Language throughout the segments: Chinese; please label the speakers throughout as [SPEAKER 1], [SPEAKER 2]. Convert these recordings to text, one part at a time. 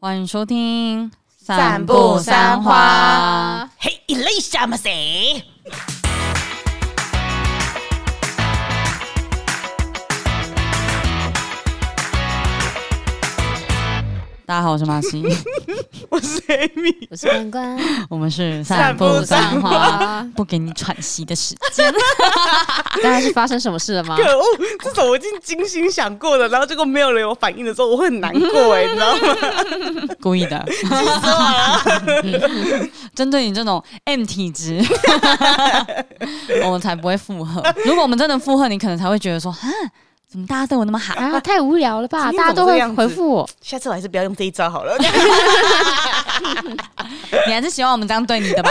[SPEAKER 1] 欢迎收听《
[SPEAKER 2] 散步三花》。
[SPEAKER 3] 嘿，一类什么谁？
[SPEAKER 1] 大家好，我是马西，
[SPEAKER 3] 我是 Amy，
[SPEAKER 2] 我是关关，
[SPEAKER 1] 我们是
[SPEAKER 3] 散步三
[SPEAKER 1] 花，不给你喘息的时间。
[SPEAKER 2] 当然是发生什么事了吗
[SPEAKER 3] 可？恶！这种我已经精心想过的，然后结果没有人有反应的时候，我会很难 过哎、你知道吗？
[SPEAKER 1] 故意的， 针对你这种 M 体质，我们才不会附和。如果我们真的附和，你可能才会觉得说，哈，怎么大家对我那么好？
[SPEAKER 2] 啊，太无聊了吧！
[SPEAKER 3] 今天
[SPEAKER 2] 大家都
[SPEAKER 3] 怎么这
[SPEAKER 2] 会
[SPEAKER 3] 样子
[SPEAKER 2] 回复我，
[SPEAKER 3] 下次我还是不要用这一招 好了，
[SPEAKER 1] 你还是喜欢我们这样对你的吧？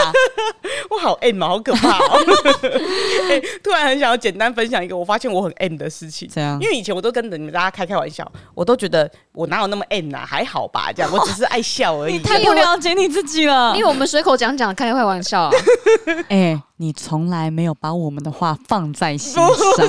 [SPEAKER 3] 我好 M 啊，好可怕、哦！ 哎突然很想要简单分享一个我发现我很 M 的事情。
[SPEAKER 1] 这样
[SPEAKER 3] 因为以前我都跟你们大家开开玩笑，我都觉得我哪有那么 M 啊，还好吧，这样我只是爱笑 而已。
[SPEAKER 1] 太不了解你自己了
[SPEAKER 2] 因。为我们随口讲讲，开坏玩笑啊。
[SPEAKER 1] 哎、你从来没有把我们的话放在心
[SPEAKER 3] 不是
[SPEAKER 1] 上。，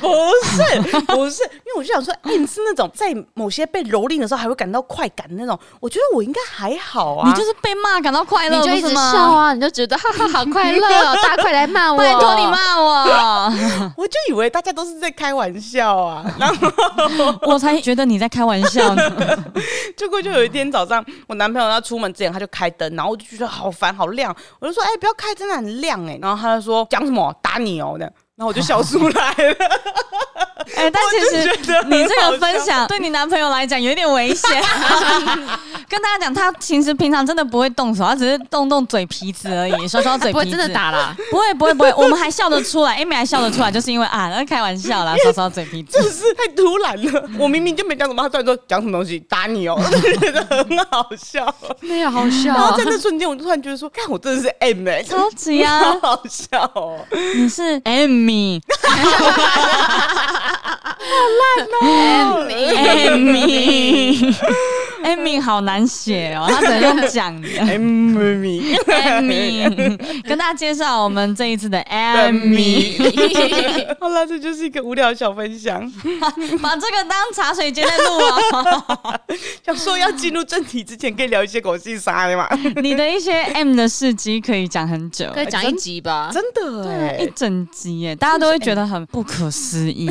[SPEAKER 3] 不是，不是， 因为我就想说，哎、你是那种在某些被蹂躏的时候还会感到快感的那种，我觉得我应该还好啊。
[SPEAKER 1] 你就是被骂感到快乐，
[SPEAKER 2] 你就一直
[SPEAKER 1] 不是
[SPEAKER 2] 笑
[SPEAKER 1] 吗
[SPEAKER 2] 啊，你就觉得哈哈好快乐 哦，大家快来骂我，
[SPEAKER 1] 拜托你！骂我，
[SPEAKER 3] 我就以为大家都是在开玩笑 啊，然后
[SPEAKER 1] 我才觉得你在开玩 笑呢。
[SPEAKER 3] 结果就有一天早上，我男朋友要出门之前他就开灯，然后我就觉得好烦好亮，我就说，哎、不要开，真的很亮哎、然后他就说讲什么打你哦、这样，然后我就笑出来了。
[SPEAKER 1] 哎、但其实
[SPEAKER 3] 我就觉得很
[SPEAKER 1] 你这
[SPEAKER 3] 好
[SPEAKER 1] 个分
[SPEAKER 3] 笑
[SPEAKER 1] 享对你男朋友来讲有点危险。 跟大家讲，他其实平常真的不会动手，他只是动动嘴皮子而已，刷刷嘴
[SPEAKER 2] 不会
[SPEAKER 1] 皮子。
[SPEAKER 2] 真的，打啦，
[SPEAKER 1] 不会不会不会，我们还笑得出来，Amy 还笑得出来，就是因为啊，那开玩笑啦，刷刷嘴皮 子
[SPEAKER 3] 就。是太突然了，我明明就没讲什么，他突然说讲什么东西打你哦、 我就觉得很 好啊笑。
[SPEAKER 2] 没有好笑
[SPEAKER 3] 然
[SPEAKER 2] 啊
[SPEAKER 3] 后在那瞬间，我就突然觉得说，看我真的是 M 哎、
[SPEAKER 1] 超级啊
[SPEAKER 3] 好！好笑哦！
[SPEAKER 1] 你是 Amy
[SPEAKER 2] 哎
[SPEAKER 1] Amy Amy 好难写哦，他只能用讲的。
[SPEAKER 3] m y
[SPEAKER 1] Amy，跟大家介绍我们这一次的 Amy，
[SPEAKER 3] 好了，这就是一个无聊的小分享。
[SPEAKER 1] 把这个当茶水间在录啊。
[SPEAKER 3] 想说要进入正题之前，可以聊一些狗屁啥 的嘛？
[SPEAKER 1] 你的一些 M 的事迹可以讲很久，
[SPEAKER 2] 可以讲一集吧？
[SPEAKER 3] 真的哎、
[SPEAKER 1] 一 整集耶，大家都会觉得很不可思议。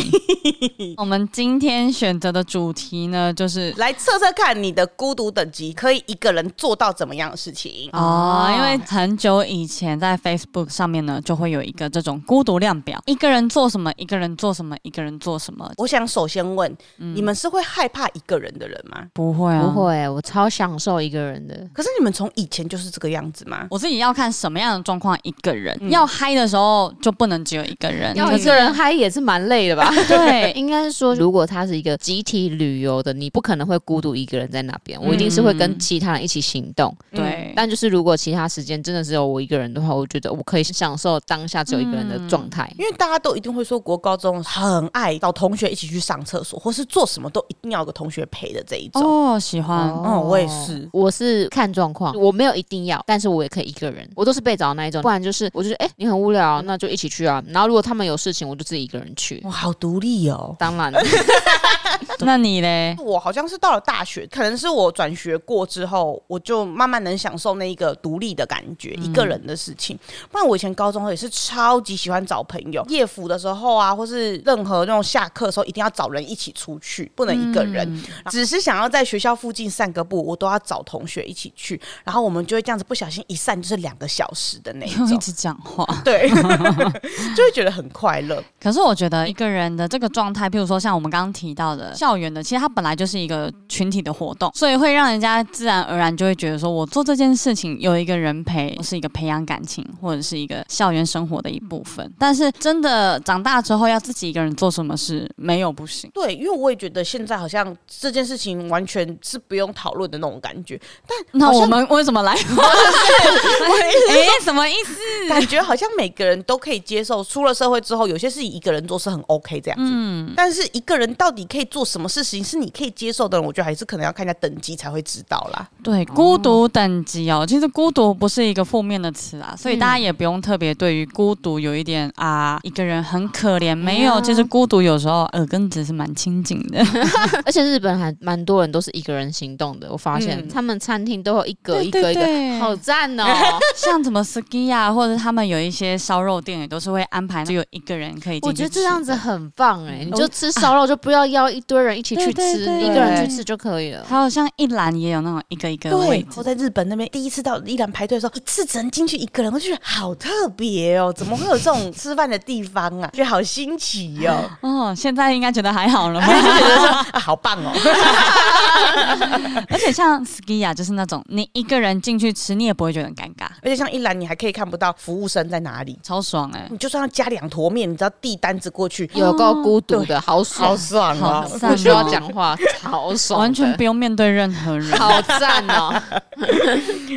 [SPEAKER 1] 我们今天选择的主题呢，就是。
[SPEAKER 3] 来测测看你的孤独等级，可以一个人做到怎么样的事情？
[SPEAKER 1] 哦，因为很久以前在 Facebook 上面呢，就会有一个这种孤独量表，一个人做什么，一个人做什么，一个人做什么，
[SPEAKER 3] 我想首先问，你们是会害怕一个人的人吗？
[SPEAKER 1] 不会啊，
[SPEAKER 2] 不。会，我超享受一个人的。
[SPEAKER 3] 可是你们从以前就是这个样子吗？
[SPEAKER 1] 我自己要看什么样的状况，一个人、要嗨的时候就不能只嗯有一个人，嗯
[SPEAKER 2] 要
[SPEAKER 1] 可
[SPEAKER 2] 一
[SPEAKER 1] 是
[SPEAKER 2] 个人嗨也是蛮累的吧？
[SPEAKER 1] 对，
[SPEAKER 2] 应该是说， 如果它是一个集体旅游的，你不可能会孤独一个人在那边，我一定是会跟其他人一起行动。
[SPEAKER 1] 对，
[SPEAKER 2] 但就是如果其他时间真的只有我一个人的话，我觉得我可以享受当下只有一个人的状态。
[SPEAKER 1] 嗯
[SPEAKER 3] 因为大家都一定会说，国高中很爱找同学一起去上厕所，或是做什么都一定要有个同学陪的这一种。
[SPEAKER 1] 哦，喜欢。
[SPEAKER 3] 哦我也是
[SPEAKER 2] 我是看状况，我没有一定要，但是我也可以一个人，我都是被找的那一种，不然就是我就是哎、诶你很无聊，那就一起去啊。然后如果他们有事情，我就自己一个人去
[SPEAKER 3] 哇，。好独立哦！
[SPEAKER 2] 当然，
[SPEAKER 1] 那你 嘞？
[SPEAKER 3] 我好像是到了大学，可能是我转学过之后，我就慢慢能享受那一个独立的感觉，一个人的事情。不然我以前高中也是超级喜欢找朋友，夜服的时候啊，或是任何那种下课的时候，一定要找人一起出去，不能一个人。只是想要在学校附近散个步，我都要找同学一起去，然后我们就会这样子不小心一散就是两个小时的那一
[SPEAKER 1] 又一
[SPEAKER 3] 种。
[SPEAKER 1] 直讲话，
[SPEAKER 3] 对， 就会觉得很快乐。
[SPEAKER 1] 可是我觉得一个人的这个状态，譬如说像我们刚刚提到的校园的，其实它本来就是一个群体的活动，所以会让人家自然而然就会觉得说，我做这件事情有一个人陪，是一个培养感情或者是一个校园生活的一部分。但是真的长大之后要自己一个人做什么事，没有不行。
[SPEAKER 3] 对，因为我也觉得现在好像这件事情完全是不用讨论的那种感觉，
[SPEAKER 1] 那
[SPEAKER 3] 好 像
[SPEAKER 1] 我们为什么来？ 哎、什么意思？
[SPEAKER 3] 感觉好像每个人都可以接受。出了社会之后，有些事情一个人做是很 OK 这样子，但是一个人到底可以做什么事情是你可以接受的人，我觉得还是可能要看一下等级才会知道啦。
[SPEAKER 1] 对，
[SPEAKER 2] 哦
[SPEAKER 1] 孤独等级哦，其实孤独不是一个负面的词啊，
[SPEAKER 2] 嗯
[SPEAKER 1] 所以大家也不用特别对于孤独有一点啊，一个人很可怜。没有，
[SPEAKER 2] 嗯
[SPEAKER 1] 其实孤独有时候耳根子是蛮清净 的。
[SPEAKER 2] 而且日本还蛮多人都是一个人行动的，我发现、
[SPEAKER 3] 嗯
[SPEAKER 2] 他们餐厅都有一格
[SPEAKER 1] 对
[SPEAKER 2] 一格
[SPEAKER 1] 对
[SPEAKER 2] 一格，
[SPEAKER 1] 对
[SPEAKER 2] 好赞 哦、
[SPEAKER 1] 像什么 ski 啊，或者他们有一些烧肉店也都是会安排只有一个人可以进去吃。
[SPEAKER 2] 我觉得这样子很棒哎、你
[SPEAKER 1] 我
[SPEAKER 2] 就吃烧肉就不要邀一堆人一起去
[SPEAKER 1] 嗯
[SPEAKER 2] 吃，
[SPEAKER 1] 对对对
[SPEAKER 2] 你一个人
[SPEAKER 3] 对
[SPEAKER 2] 去吃就可以了。
[SPEAKER 1] 还有像一兰也有那种一个一个的位置
[SPEAKER 3] 我，在日本那边第一次到一兰排队的时候，一次只能进去一个人，我就觉得好特别哦，怎么会有这种吃饭的地方啊？觉得好新奇哦，
[SPEAKER 1] 哦，现在应该觉得还好了 吧？
[SPEAKER 3] 就觉得说啊，好棒哦。
[SPEAKER 1] 而且像 ski 啊，就是那种你一个人进去吃，你也不会觉得很尴尬，
[SPEAKER 3] 而且像一兰，你还可以看不到服务生在哪里，
[SPEAKER 1] 超爽哎、
[SPEAKER 2] 嗯
[SPEAKER 3] 你就算要加两坨面，你只要递单子过去，
[SPEAKER 2] 有够孤独的，好爽
[SPEAKER 3] 好，爽
[SPEAKER 1] 哦好
[SPEAKER 3] 哦。
[SPEAKER 1] 爽
[SPEAKER 2] 不需要讲话，好爽的，
[SPEAKER 1] 完全不用面对任何人。
[SPEAKER 2] 好赞哦、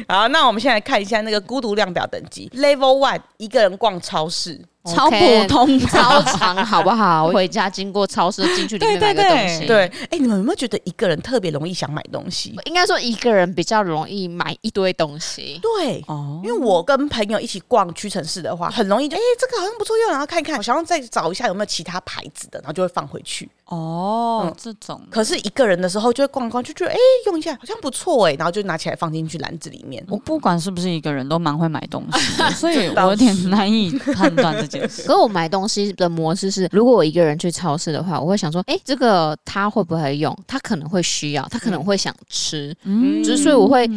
[SPEAKER 3] 好，那我们现在看一下那个孤独量表等级，Level One，一个人逛超市。
[SPEAKER 1] 超普通的
[SPEAKER 2] 超长，好不 好？回家经过超市进去里面
[SPEAKER 1] 对
[SPEAKER 2] 买
[SPEAKER 1] 对
[SPEAKER 2] 个东西。
[SPEAKER 1] 对
[SPEAKER 3] 对，哎、你们有没有觉得一个人特别容易想买东西？
[SPEAKER 2] 应该说一个人比较容易买一堆 东西。
[SPEAKER 3] 对，
[SPEAKER 1] 哦
[SPEAKER 3] 因为我跟朋友一起逛屈臣氏的话，很容易就哎、这个好像不错用，然后看一看，我想要再找一下有没有其他牌子的，然后就会放回去。
[SPEAKER 1] 哦
[SPEAKER 3] 嗯，
[SPEAKER 1] 这种
[SPEAKER 3] 可是一个人的时候，就会逛逛，就觉得哎、用一下好像不错哎、然后就拿起来放进去篮子里面。
[SPEAKER 2] 哦
[SPEAKER 1] 我不管是不是一个人都蛮会买东西 的，所以
[SPEAKER 3] 这
[SPEAKER 1] 我
[SPEAKER 3] 倒
[SPEAKER 1] 有点难以判断这 件事。
[SPEAKER 2] 可我买东西的模式是，如果我一个人去超市的话，我会想说，诶，这个他会不会用？他可能会需要，他可能会想吃，
[SPEAKER 1] 嗯，
[SPEAKER 2] 就是所以我会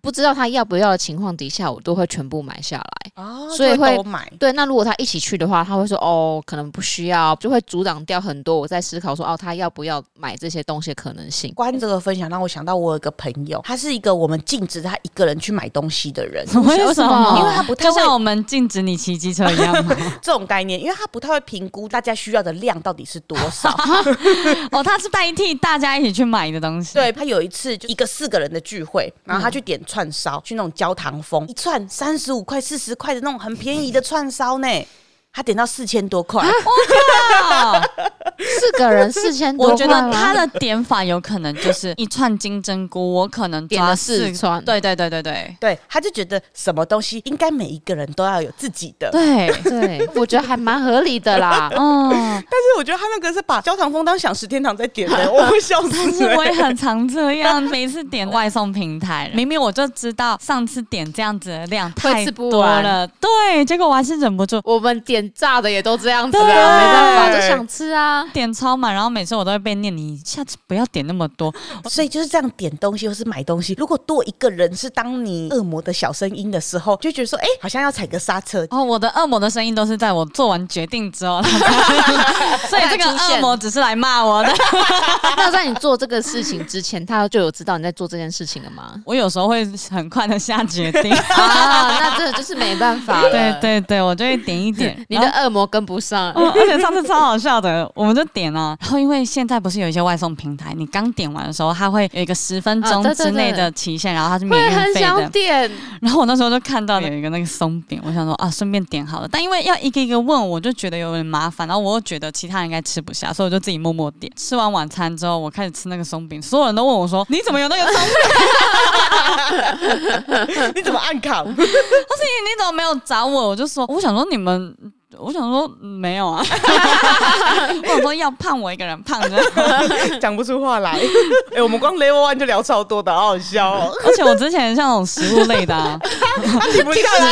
[SPEAKER 2] 不知道他要不要的情况底下，我都会全部买下来。
[SPEAKER 3] 哦
[SPEAKER 2] 所以
[SPEAKER 3] 就
[SPEAKER 2] 会
[SPEAKER 3] 都买。
[SPEAKER 2] 对，那如果他一起去的话，他会说哦，可能不需要，就会阻挡掉很多我在思考说哦，他要不要买这些东西的可能性。
[SPEAKER 3] 关于这个分享，让我想到我有一个朋友，他是一个我们禁止他一个人去买东西的人，
[SPEAKER 1] 为什么？
[SPEAKER 3] 因为他不太
[SPEAKER 1] 就
[SPEAKER 3] 会
[SPEAKER 1] 像我们禁止你骑机车一 样嘛。
[SPEAKER 3] 这种概念，因为他不太会评估大家需要的量到底是多少。
[SPEAKER 1] 哦，他是代替大家一起去买的东西。，
[SPEAKER 3] 对他有一次就一个四个人的聚会，然后他去点串烧，去那种焦糖风，一串三十五块、四十块的那种很便宜的串烧呢。他点到四千多
[SPEAKER 1] 啊
[SPEAKER 3] 块，
[SPEAKER 2] 四个人四千多
[SPEAKER 1] 我
[SPEAKER 2] 块，
[SPEAKER 1] 觉得他的点法有可能就是一串金针菇，我可能
[SPEAKER 2] 点了
[SPEAKER 1] 抓
[SPEAKER 2] 四川，
[SPEAKER 1] 对对对对对
[SPEAKER 3] 对，他就觉得什么东西应该每一个人都要有自己的。但
[SPEAKER 1] 对，。
[SPEAKER 2] 对，我觉得还蛮合理的啦
[SPEAKER 1] 嗯，
[SPEAKER 3] 是我觉得他那个是把焦糖风当享食天堂在 点的，我会笑
[SPEAKER 1] 但
[SPEAKER 3] 死
[SPEAKER 1] 是
[SPEAKER 3] 了
[SPEAKER 1] 我。也很常这样，每次点外送平台，明明我就知道上次点这样子的量太
[SPEAKER 2] 吃不
[SPEAKER 1] 多
[SPEAKER 2] 完
[SPEAKER 1] 了，对，结果我还是忍不住
[SPEAKER 2] 我们点炸的也都这样子
[SPEAKER 1] 对
[SPEAKER 2] 啊，没办法，就想吃啊。
[SPEAKER 1] 点超满，然后每次我都会被念你下次不要点那么多，
[SPEAKER 3] 所以就是这样点东西或是买东西，如果多一个人是当你恶魔的小声音的时候，就觉得说，哎、好像要踩个刹 车。
[SPEAKER 1] 哦，我的恶魔的声音都是在我做完决定之后， 所以这个恶魔只是来骂我的。？
[SPEAKER 2] 那在你做这个事情之前，他就有知道你在做这件事情了吗
[SPEAKER 1] 我有时候会很快的下决定，
[SPEAKER 2] 啊，那这就是没办法了。
[SPEAKER 1] 对，对对，我就会点一点。
[SPEAKER 2] 你
[SPEAKER 1] 然后
[SPEAKER 2] 的恶魔跟不上。
[SPEAKER 1] 嗯，而且上次超好笑的，我们就点啊，然后因为现在不是有一些外送平台，你刚点完的时候，它会有一个十分
[SPEAKER 2] 啊
[SPEAKER 1] 钟
[SPEAKER 2] 对对
[SPEAKER 1] 之内
[SPEAKER 2] 对
[SPEAKER 1] 的期限，然后它是
[SPEAKER 2] 我
[SPEAKER 1] 免
[SPEAKER 2] 也
[SPEAKER 1] 运
[SPEAKER 2] 很
[SPEAKER 1] 费的
[SPEAKER 2] 想。点，
[SPEAKER 1] 然后我那时候就看到有一个那个松饼，我想说啊，顺便点好了。但因为要一个一个问，我就觉得有点麻烦，然后我又觉得其他人应该吃不下，所以我就自己默默点。吃完晚餐之后，我开始吃那个松饼，所有人都问我说：“你怎么有那个松饼？
[SPEAKER 3] 你怎么按扛？
[SPEAKER 1] 你怎么没有找我？”我就说：“我想说你们。”我想说没有啊， 我想说要胖我一个人胖着，
[SPEAKER 3] 讲不出话来。 哎、我们光 Level One 就聊超多的，好好笑 哦。
[SPEAKER 1] 而且我之前像那种食物类的、啊，
[SPEAKER 3] 他停不下来。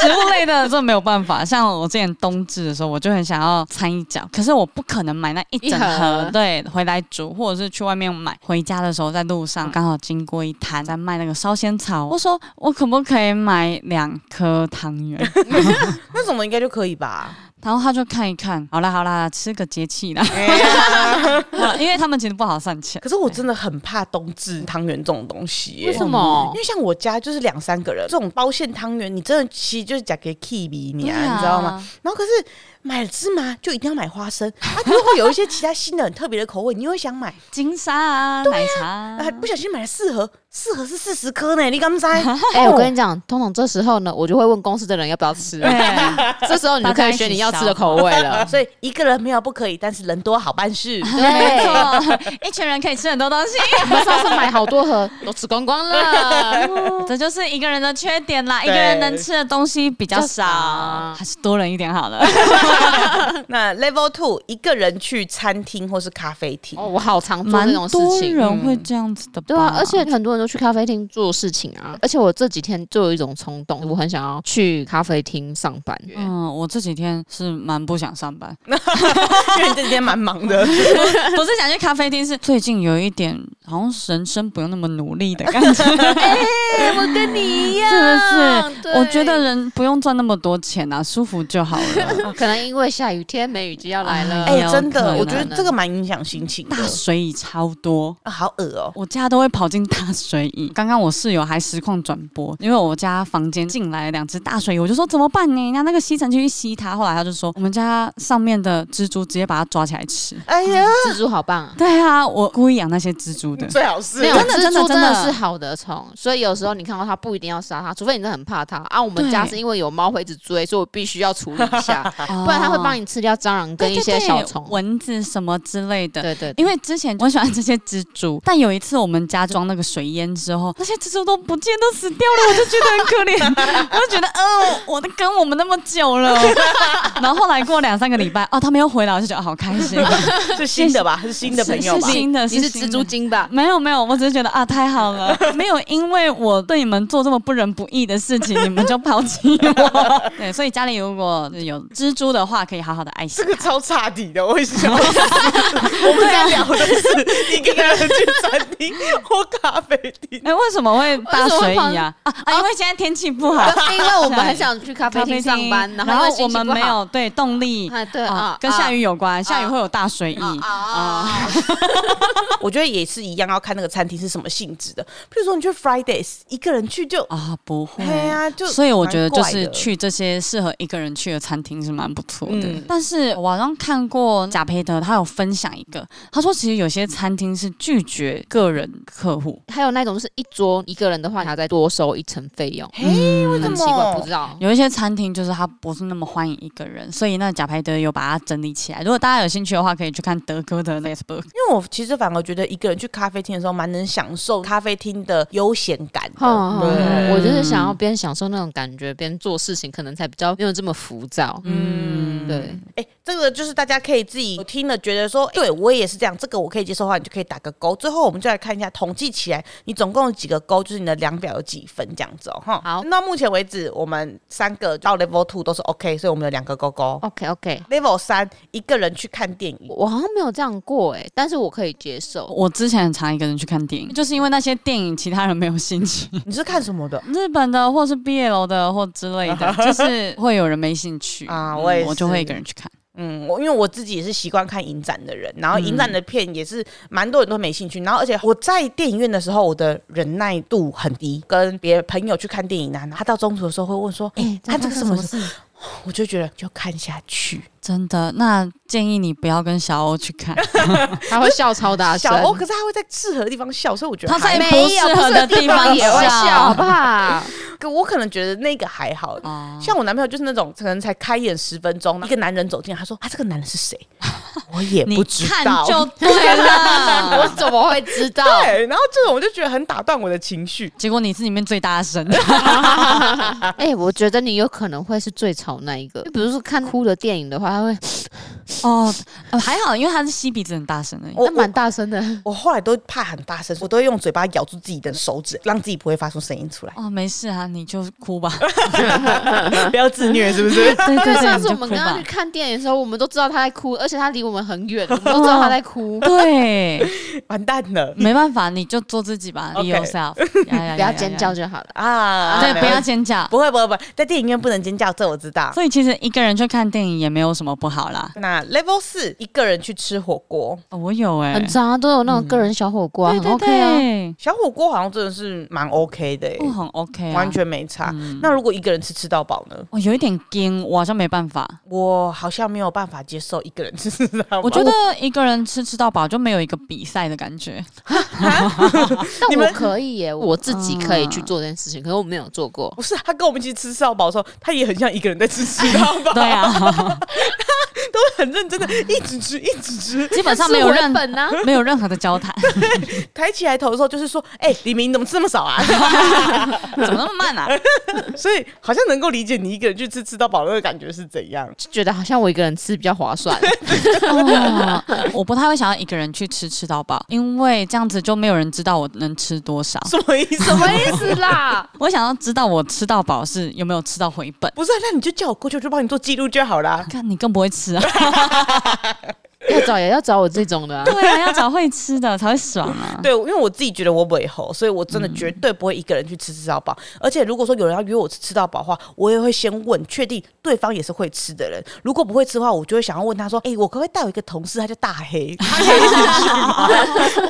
[SPEAKER 1] 食物类的这没有办法。像我之前冬至的时候，我就很想要掺一脚，可是我不可能买那一整
[SPEAKER 2] 一
[SPEAKER 1] 盒
[SPEAKER 2] 盒，
[SPEAKER 1] 对，回来煮或者是去外面买。回家的时候在路上刚好经过一摊在卖那个烧仙草，我说我可不可以买两颗汤圆？
[SPEAKER 3] 那种的应该就可以吧？
[SPEAKER 1] 然后他就看一看，好啦好啦，吃个节气啦，
[SPEAKER 3] 哎
[SPEAKER 1] 因为他们其实不好算钱。
[SPEAKER 3] 可是我真的很怕冬至汤圆这种东西耶、
[SPEAKER 2] 为什么
[SPEAKER 1] 哦
[SPEAKER 3] 因？为像我家就是两三个人，这种包馅汤圆，你真的其实就是夹给 Kimi 你
[SPEAKER 1] 对
[SPEAKER 3] 啊，你知道吗？？然后可是买了芝麻就一定要买花生，它就会有一些其他新的很特别的口味，你又会想买。
[SPEAKER 1] 金沙啊，奶茶啊
[SPEAKER 3] 啊，不小心买了四盒，四盒是四十颗呢，你 敢猜？
[SPEAKER 2] 哎、我跟你讲，通常这时候呢，我就会问公司的人要不要吃。
[SPEAKER 1] 对，
[SPEAKER 2] 这时候你就可以选你要吃的口味了。
[SPEAKER 3] 啊所以一个人没有不可以，但是人多好办 事。
[SPEAKER 1] 没
[SPEAKER 2] 对，
[SPEAKER 1] 错， 一群人可以吃很多东西，
[SPEAKER 2] 我们上次买好多盒，都吃光光了。
[SPEAKER 1] 这就是一个人的缺点啦。一
[SPEAKER 3] 对
[SPEAKER 1] 个人能吃的东西比较
[SPEAKER 2] 比较
[SPEAKER 1] 少
[SPEAKER 2] 少，
[SPEAKER 1] 还是多人一点好了。
[SPEAKER 3] 那 Level Two，一个人去餐厅或是咖啡厅，
[SPEAKER 2] 哦，我好常 做
[SPEAKER 1] 蛮
[SPEAKER 2] 这种事
[SPEAKER 1] 多
[SPEAKER 2] 情。嗯
[SPEAKER 1] 人会这样子的吧，
[SPEAKER 2] 对啊，而且很多人都去咖啡厅做事情啊。而且我这几天就有一种冲动，我很想要去咖啡厅上班。
[SPEAKER 1] 嗯，我这几天是蛮不想上 班，
[SPEAKER 3] 因为你这几天蛮 忙的。
[SPEAKER 1] 不是想去咖啡厅，是最近有一点好像人生不用那么努力的感 觉，
[SPEAKER 2] 哎、我跟你一
[SPEAKER 1] 是不是？
[SPEAKER 2] 对
[SPEAKER 1] 我觉得人不用赚那么多钱啊，舒服就好 了。
[SPEAKER 2] 可能因为下雨天，梅雨季要来了。
[SPEAKER 3] 哎、
[SPEAKER 1] 有
[SPEAKER 3] 真
[SPEAKER 1] 可啊
[SPEAKER 3] 的，
[SPEAKER 1] 能
[SPEAKER 3] 我觉得这个蛮影响心情的
[SPEAKER 1] 大。水椅超多。
[SPEAKER 3] 啊，好恶哦、
[SPEAKER 1] 我家都会跑进大水蚁， 刚刚我室友还实况转播，因为我家房间进来两只大水蚁，我就说怎么办呢？那那个吸尘器去吸它，后来他就说我们家上面的蜘蛛直接把它抓起来吃。
[SPEAKER 3] 哎呀，
[SPEAKER 2] 蜘蛛好棒、啊。
[SPEAKER 1] 对啊，我故意养那些蜘蛛的。
[SPEAKER 3] 最好是
[SPEAKER 2] 没有，
[SPEAKER 1] 真的真
[SPEAKER 2] 蜘
[SPEAKER 1] 的
[SPEAKER 2] 蛛
[SPEAKER 1] 真
[SPEAKER 2] 真
[SPEAKER 1] 的
[SPEAKER 2] 的是好的虫，所以有时候你看到它不一定要杀它，除非你真的很怕它啊。我们家
[SPEAKER 1] 对
[SPEAKER 2] 是因为有猫会一直追，所以我必须要处理一下，不然它会帮
[SPEAKER 1] 你
[SPEAKER 2] 你吃掉蟑螂跟一些小虫。
[SPEAKER 1] 哦蚊子什么之类的。
[SPEAKER 2] 对对对
[SPEAKER 1] 因为之前我很喜欢这些蜘 蛛，但有一次我们家装那个水淹之后，那些蜘蛛都不见都死掉了，我就觉得很可 怜，我就觉得，嗯，我都跟我们那么久 了，然后后来过两三个礼拜，哦，他们又回来，我就觉得、哦好开 心，
[SPEAKER 3] 是新的吧？是新的朋友吧
[SPEAKER 1] 是？新的，
[SPEAKER 2] 你是
[SPEAKER 1] 新的
[SPEAKER 2] 蜘蛛。精吧？
[SPEAKER 1] 没有没有，我只是觉得啊，太好 了，没有因为我对你们做这么不仁不义的事情，你们就抛弃 我。对，所以家里如果有蜘蛛的话，可以好好的爱惜
[SPEAKER 3] 这。个超差底的，我也是想要死。我们在聊的是一个人去餐厅或咖啡厅。
[SPEAKER 1] 哎、为什么会啊大水蚁啊？啊啊，因为现在天气 不好，
[SPEAKER 2] 因为我们很想去咖啡厅上班，
[SPEAKER 1] 然
[SPEAKER 2] 后因为
[SPEAKER 1] 我
[SPEAKER 2] 心情
[SPEAKER 1] 们
[SPEAKER 2] 不
[SPEAKER 1] 没
[SPEAKER 2] 好。
[SPEAKER 1] 有对动力。
[SPEAKER 2] 哎，对
[SPEAKER 1] 啊
[SPEAKER 2] 啊，，
[SPEAKER 1] 跟下
[SPEAKER 2] 雨
[SPEAKER 1] 雨有关，下雨会有大水
[SPEAKER 2] 啊
[SPEAKER 1] 蚁。
[SPEAKER 2] 啊，
[SPEAKER 3] 我觉得也是一样，要看那个餐厅是什么性质的。譬如说，你去 Fridays 一个人去就，
[SPEAKER 1] 啊，不会
[SPEAKER 3] 嘿啊就
[SPEAKER 1] 所以我觉得就
[SPEAKER 3] 蛮怪
[SPEAKER 1] 是
[SPEAKER 3] 的
[SPEAKER 1] 去这些适合一个人去的餐厅是蛮不错的。
[SPEAKER 3] 嗯
[SPEAKER 1] 但是我好像看过贾培德，他有分享一个，他说其实有些餐厅是拒绝个人客户，
[SPEAKER 2] 还有那种就是一桌一个人的话，还要再多收一层费用，
[SPEAKER 3] 嘿，哎
[SPEAKER 1] 嗯
[SPEAKER 3] 为什
[SPEAKER 2] 很奇怪，不
[SPEAKER 3] 么
[SPEAKER 2] 知？道。
[SPEAKER 1] 有一些餐厅就是它不是那么欢迎一个人，所以那贾培德有把它整理起来。如果大家有兴趣的话，可以去看德哥的 Facebook。
[SPEAKER 3] 因为我其实反而觉得一个人去咖啡厅的时候，蛮能享受咖啡厅的悠闲感的。
[SPEAKER 2] 哦，
[SPEAKER 3] 对，
[SPEAKER 2] 我就是想要边享受那种感觉，边做事情，可能才比较没有这么浮躁。
[SPEAKER 1] 嗯，
[SPEAKER 2] 对，
[SPEAKER 3] 哎、这个就是大家可以自己有听了觉得说，对我也是这样，这个我可以接受的话，你就可以打个勾。最后我们就来看一下，统计起来你总共有几个勾，就是你的量表有几分这样子哦。哈，
[SPEAKER 2] 好
[SPEAKER 3] 那目前为止我们三个到 level two 都是 OK，所以我们有两个勾勾。
[SPEAKER 2] OK OK，
[SPEAKER 3] level 三一个人去看电影，
[SPEAKER 2] 哦我好像没有这样过哎、但是我可以接受。
[SPEAKER 1] 我之前很常一个人去看电影，就是因为那些电影其他人没有兴趣，
[SPEAKER 3] 你是看什么的？
[SPEAKER 1] 日本的或是 BL 的或之类的，就是会有人没兴趣
[SPEAKER 3] 啊
[SPEAKER 1] 嗯
[SPEAKER 3] 我也
[SPEAKER 1] 我就会
[SPEAKER 3] 是
[SPEAKER 1] 一个人去看。
[SPEAKER 3] 嗯，我因为我自己也是习惯看影展的人，然后影展
[SPEAKER 1] 嗯
[SPEAKER 3] 的片也是蛮多人都没兴趣，然后而且我在电影院的时候，我的忍耐度很低，跟别朋友去看电影呢、啊，他到中途的时候会问说：“哎、看这个什么
[SPEAKER 2] 事？
[SPEAKER 3] 我就觉得就看下去。
[SPEAKER 1] 真的，那建议你不要跟小欧去看，
[SPEAKER 2] 他会笑超大声
[SPEAKER 3] 小，哦欧可是他会在适合的地方笑，所以我觉得
[SPEAKER 1] 他在
[SPEAKER 3] 还
[SPEAKER 1] 不适合的地方
[SPEAKER 2] 也会笑，好不 好？
[SPEAKER 3] 可我可能觉得那个还好。
[SPEAKER 1] 啊，
[SPEAKER 3] 像我男朋友就是那种可能才开演十分钟，一个男人走进来，他说：“啊，这个男人是谁？”我也
[SPEAKER 1] 你
[SPEAKER 3] 不知
[SPEAKER 1] 看
[SPEAKER 3] 道。
[SPEAKER 1] 就对了。
[SPEAKER 2] 我怎么会知道？
[SPEAKER 3] 对，然后这种我就觉得很打断我的情绪。
[SPEAKER 1] 结果你是里面最大声，
[SPEAKER 2] 哎、我觉得你有可能会是最吵那一个。就比如说看哭的电影的话，他会
[SPEAKER 1] 哦，呃还好，因为他是吸鼻子很大声而已。，
[SPEAKER 3] 我
[SPEAKER 2] 他蛮大 声的。
[SPEAKER 3] 我后来都怕很大声，我都会用嘴巴咬住自己的手指，让自己不会发出声音出来
[SPEAKER 1] 哦，没事啊，你就哭吧。
[SPEAKER 3] 不要自虐，是不是？
[SPEAKER 1] 对对对，
[SPEAKER 2] 对，上
[SPEAKER 1] 你
[SPEAKER 2] 次我
[SPEAKER 1] 就
[SPEAKER 2] 们
[SPEAKER 1] 哭
[SPEAKER 2] 刚刚
[SPEAKER 1] 吧。
[SPEAKER 2] 去。看电影的时候，我们都知道他在哭，而且他离我们很远，我们都知道他在哭
[SPEAKER 1] 对，
[SPEAKER 3] 完蛋了
[SPEAKER 1] 没办法，你就做自己吧
[SPEAKER 3] OK
[SPEAKER 1] ，be yourself，
[SPEAKER 2] 不
[SPEAKER 1] 不
[SPEAKER 2] 要尖叫，就好了。
[SPEAKER 3] 啊！
[SPEAKER 1] 对，
[SPEAKER 3] 没
[SPEAKER 1] 不要
[SPEAKER 3] 关系
[SPEAKER 1] 尖叫。
[SPEAKER 3] 不会不会不会，在电影院不能尖叫，这我知道。
[SPEAKER 1] 所以其实一个人去看电影也没有什么不好啦。
[SPEAKER 3] 那 Level 四，一个人去吃火锅，
[SPEAKER 1] 哦我有哎，
[SPEAKER 2] 很脏啊，都有那种个人小火锅啊，
[SPEAKER 1] 对
[SPEAKER 2] 很
[SPEAKER 1] 对
[SPEAKER 2] OK 啊。
[SPEAKER 1] 对，
[SPEAKER 3] 小火锅好像真的是蛮 OK 的、欸，
[SPEAKER 1] 不很 OK 啊，
[SPEAKER 3] 完。全没差。
[SPEAKER 1] 嗯
[SPEAKER 3] 那如果一个人吃吃到饱呢？
[SPEAKER 1] 我有一点惊，我好像没办法。
[SPEAKER 3] 我好像没有办法接受一个人吃吃到饱。
[SPEAKER 1] 我觉得一个人吃吃到饱就没有一个比赛的感 觉。
[SPEAKER 3] 你
[SPEAKER 2] 但
[SPEAKER 3] 们
[SPEAKER 2] 我可以耶，我嗯自己可以去做这件事情，可是我没有做过。
[SPEAKER 3] 不是，他跟我们一起吃吃到饱的时候，他也很像一个人在吃吃到 饱，
[SPEAKER 1] 对啊，
[SPEAKER 3] 都 很认真的一直吃一直吃。
[SPEAKER 1] 基本上没有任
[SPEAKER 2] 本啊 呢，
[SPEAKER 1] 没有任何的 交谈，
[SPEAKER 3] 抬起来头的时候就是说，哎、李明怎么吃那么少啊？
[SPEAKER 1] 怎么那么慢啊？
[SPEAKER 3] 所以好像能够理解你一个人去吃吃到饱的那个感觉是怎样。
[SPEAKER 2] 就觉得好像我一个人吃比较划算。
[SPEAKER 1] 哦我不太会想要一个人去吃吃到饱，因为这样子就没有人知道我能吃多少。
[SPEAKER 3] 什么意 思？
[SPEAKER 2] 什么意思啦？
[SPEAKER 1] 我想要知道我吃到饱是有没有吃到回本。
[SPEAKER 3] 不是、啊，那你就叫我过去，我就帮你做记录就好啦。
[SPEAKER 1] 看你更不会吃 啊！
[SPEAKER 2] 要找也要找我这种的啊。
[SPEAKER 1] 对啊，要找会吃的才会爽啊！
[SPEAKER 3] 对，因为我自己觉得我尾猴，所以我真的
[SPEAKER 1] 嗯
[SPEAKER 3] 绝对不会一个人去吃吃到饱。而且如果说有人要约我吃吃到饱的话，我也会先问，确定对方也是会吃的人。如果不会吃的话，我就会想要问他说：“哎、我可不可以带我一个同事？他叫大黑，他可以 去吗？”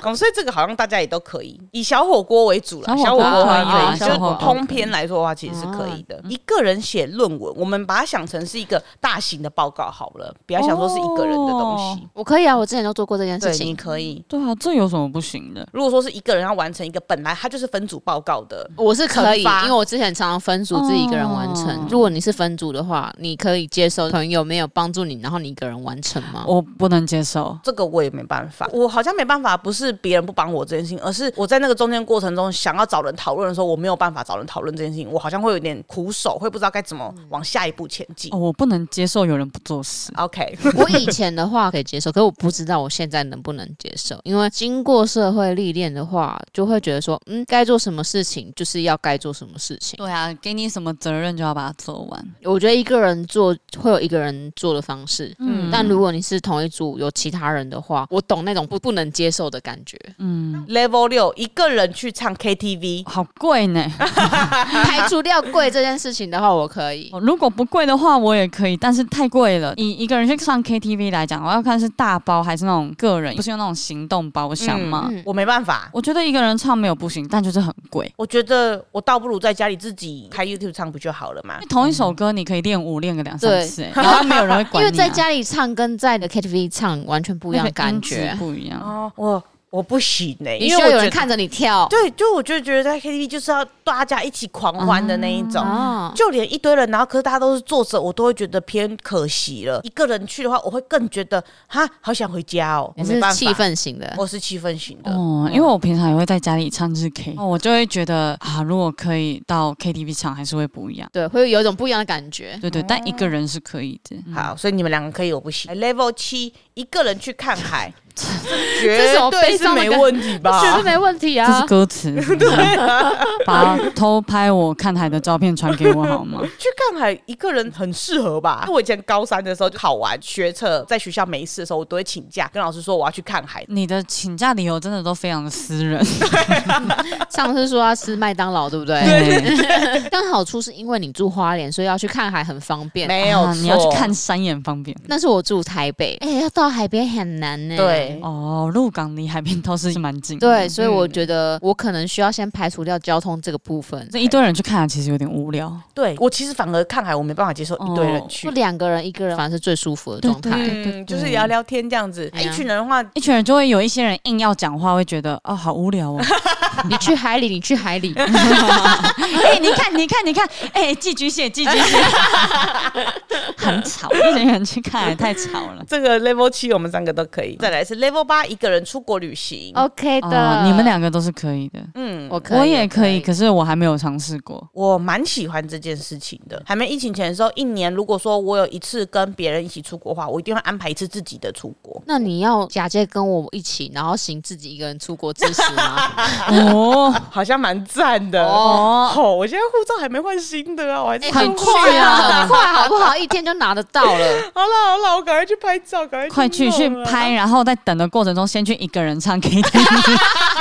[SPEAKER 3] 嗯所以这个好像大家也都可以，以小火锅为主了。
[SPEAKER 1] 小
[SPEAKER 3] 小
[SPEAKER 1] 火
[SPEAKER 3] 火
[SPEAKER 1] 锅
[SPEAKER 3] 锅的
[SPEAKER 1] 可以
[SPEAKER 3] 话
[SPEAKER 1] 啊
[SPEAKER 3] 可以，就
[SPEAKER 1] 小火锅
[SPEAKER 3] 是通
[SPEAKER 1] 可以嗯
[SPEAKER 3] 篇来说的话，其实是可以的。一个人写论文，我们把它想成是一个大型的报告好了，不要想说是一个人的东西。
[SPEAKER 1] 哦
[SPEAKER 2] 我可以啊，我之前都做过这件事
[SPEAKER 3] 对，你
[SPEAKER 2] 情。
[SPEAKER 3] 可以。
[SPEAKER 1] 对啊，这有什么不行的？
[SPEAKER 3] 如果说是一个人要完成一个本来他就是分组报告的，
[SPEAKER 2] 我是可以，
[SPEAKER 3] 惩罚
[SPEAKER 2] 因为我之前常常分组自己一个人完成。
[SPEAKER 1] 哦
[SPEAKER 2] 如果你是分组的话，你可以接受朋友没有帮助你，然后你一个人完成吗？
[SPEAKER 1] 我不能接受。
[SPEAKER 3] 这个我也没办法。我好像没办法，不是别人不帮我这件事情，而是我在那个中间过程中想要找人讨论的时候，我没有办法找人讨论这件事情，我好像会有点苦手，会不知道该怎么往下一步前进
[SPEAKER 2] 嗯
[SPEAKER 1] 哦，。我不能接受有人不做事。
[SPEAKER 3] OK，
[SPEAKER 2] 我以前的话可以接受，可是我不知道我现在能不能接受，因为经过社会历练的话，就会觉得说，嗯，该做什么事情就是要该做什么事情。
[SPEAKER 1] 对啊，给你什么责任就要把它做完。
[SPEAKER 2] 嗯我觉得一个人做会有一个人做的方式，
[SPEAKER 1] 嗯
[SPEAKER 2] 但如果你是同一组有其他人的话，我懂那种不不能接受的感觉，
[SPEAKER 3] Level 六，一个人去唱 KTV，
[SPEAKER 1] 好贵呢、
[SPEAKER 2] 排除掉贵这件事情的话，我可以。
[SPEAKER 1] 哦如果不贵的话，我也可以，但是太贵了。以一个人去上 KTV 来讲，我要看是大包还是那种个人，不是有那种行动包厢吗？
[SPEAKER 2] 嗯
[SPEAKER 3] 我没办法。
[SPEAKER 1] 我觉得一个人唱没有不行，但就是很贵。
[SPEAKER 3] 我觉得我倒不如在家里自己开 YouTube 唱不就好了嘛
[SPEAKER 1] 因为？同一首歌你可以练舞练个两三
[SPEAKER 2] 对
[SPEAKER 1] 次、欸然后没有人会管
[SPEAKER 2] 嗯 因
[SPEAKER 1] 你、啊，
[SPEAKER 2] 为在家里唱跟在的 KTV 唱完全不一样的
[SPEAKER 1] 那个
[SPEAKER 2] 感
[SPEAKER 1] 音质
[SPEAKER 2] 觉，
[SPEAKER 1] 不一样。
[SPEAKER 3] 哦，我我不行呢、
[SPEAKER 2] 嗯你
[SPEAKER 3] 因
[SPEAKER 2] 需
[SPEAKER 3] 为
[SPEAKER 2] 要
[SPEAKER 3] 我
[SPEAKER 2] 有
[SPEAKER 3] 觉
[SPEAKER 2] 人
[SPEAKER 3] 得
[SPEAKER 2] 看着你跳
[SPEAKER 3] 对，就我就觉得在 KTV 就是要大家一起狂欢的那一种。
[SPEAKER 2] 啊。
[SPEAKER 3] 就连一堆人，然后可是大家都是坐着，我都会觉得偏可惜了。一个人去的话，我会更觉得哈，好想回家哦，我
[SPEAKER 2] 你
[SPEAKER 3] 没
[SPEAKER 2] 是
[SPEAKER 3] 办法，
[SPEAKER 2] 气氛型的，
[SPEAKER 3] 我是气氛型的。
[SPEAKER 1] 哦，因为我平常也会在家里唱日 K，、哦、我就会觉得啊，如果可以到 KTV 唱，还是会不一样。
[SPEAKER 2] 对，会有一种不一样的感觉。
[SPEAKER 1] 对对，但一个人是可以的。
[SPEAKER 3] 好，所以你们两个可以，我不行。Level 哎七，一个人去看海， 这
[SPEAKER 2] 这是
[SPEAKER 3] 绝
[SPEAKER 2] 什么
[SPEAKER 3] 对
[SPEAKER 2] 悲
[SPEAKER 3] 是
[SPEAKER 2] 伤的
[SPEAKER 3] 没
[SPEAKER 2] 感
[SPEAKER 3] 问题 吧？
[SPEAKER 2] 绝对没问题
[SPEAKER 1] 这是
[SPEAKER 2] 啊！
[SPEAKER 1] 歌词， 啊把偷拍我看海的照片传给我好吗？
[SPEAKER 3] 去看海一个人很适合吧？因为我以前高三的时候就考完学测，在学校没事的时候，我都会请假跟老师说我要去看海。
[SPEAKER 1] 你的请假理由真的都非常的私人，
[SPEAKER 2] 上次说要吃麦当劳，对不对？
[SPEAKER 1] 对，
[SPEAKER 2] 但好处是因为你住花莲，所以要去看海很方便。
[SPEAKER 3] 没有错、
[SPEAKER 1] 啊你要去看山也很方便
[SPEAKER 2] 但是我住台北，哎、要到海边很难呢、
[SPEAKER 3] 对。
[SPEAKER 1] 哦。鹿港离海边倒是蛮近，，
[SPEAKER 2] 对，所以我
[SPEAKER 3] 嗯
[SPEAKER 2] 觉得我可能需要先排除掉交通这个部分。
[SPEAKER 1] 这一堆人去看其实有点无聊。
[SPEAKER 3] 对我其实反而看海，我没办法接受一堆人
[SPEAKER 1] 哦
[SPEAKER 3] 去
[SPEAKER 2] 就。两个人、一个人，反而是最舒服的
[SPEAKER 1] 对
[SPEAKER 2] 状态。
[SPEAKER 1] 对对啊
[SPEAKER 3] 嗯，就是
[SPEAKER 1] 对
[SPEAKER 3] 聊聊天这样子。
[SPEAKER 2] 哎呀
[SPEAKER 3] 一群人的话，
[SPEAKER 1] 一群人就会有一些人硬要讲话，会觉得哦好无 聊哦。
[SPEAKER 2] 你去海里，你去海里，
[SPEAKER 1] 哎、你看，你看，你看，哎、寄居蟹，寄居 蟹，很吵，一群人去看太吵了。
[SPEAKER 3] 这个 level 七我们三个都可以。再来是 level 八，一个人出国旅行。
[SPEAKER 2] OK 的、
[SPEAKER 1] 哦，你们，两个都是可以的，
[SPEAKER 3] 嗯，
[SPEAKER 2] 我可以，
[SPEAKER 1] 我也可以，可是我还没有尝试过。
[SPEAKER 3] 我蛮喜欢这件事情的。还没疫情前的时候，一年如果说我有一次跟别人一起出国的话，我一定会安排一次自己的出国。
[SPEAKER 2] 那你要假借跟我一起，然后行自己一个人出国之实 吗？
[SPEAKER 1] 哦，
[SPEAKER 3] 好像蛮赞的
[SPEAKER 2] 哦
[SPEAKER 3] 哦。我现在护照还没换新的啊，我还是
[SPEAKER 2] 哎
[SPEAKER 1] 很
[SPEAKER 3] 用
[SPEAKER 1] 快啊
[SPEAKER 2] 很快，好不好？一天就拿得到了。
[SPEAKER 3] 好了好了，我赶快去拍照，赶快去啊
[SPEAKER 1] 快会去去拍，然后在等的过程中先去一个人唱 K 听。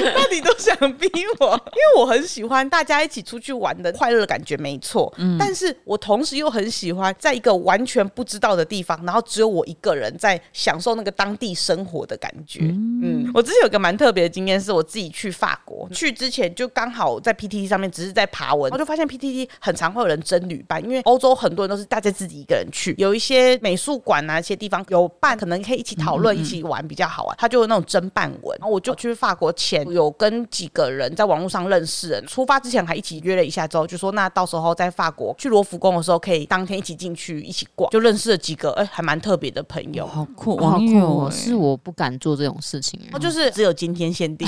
[SPEAKER 3] 那你都想逼 我，因为我很喜欢大家一起出去玩的快乐的感觉，没错。但是我同时又很喜欢在一个完全不知道的地方，然后只有我一个人在享受那个当地生活的感觉。嗯，我之前有个蛮特别的经验，是我自己去法国，去之前就刚好在 PTT 上面只是在爬文，我就发现 PTT 很常会有人争旅伴，因为欧洲很多人都是大家自己一个人去，有一些美术馆啊，一些地方有伴，可能可以一起讨论、一起玩比较好玩。他就有那种争伴文，然后我就去法国前有跟几个人在网络上认识人，出发之前还一起约了一下，之后就说那到时候在法国去罗浮宫的时候，可以当天一起进去一起逛，就认识了几个哎、还蛮特别的朋
[SPEAKER 2] 嗯
[SPEAKER 3] 友。
[SPEAKER 1] 好酷，
[SPEAKER 2] 哇好
[SPEAKER 1] 网
[SPEAKER 2] 酷
[SPEAKER 1] 友
[SPEAKER 2] 哦！是我不敢做这种事情、欸
[SPEAKER 3] 哦，就是只有今天限定。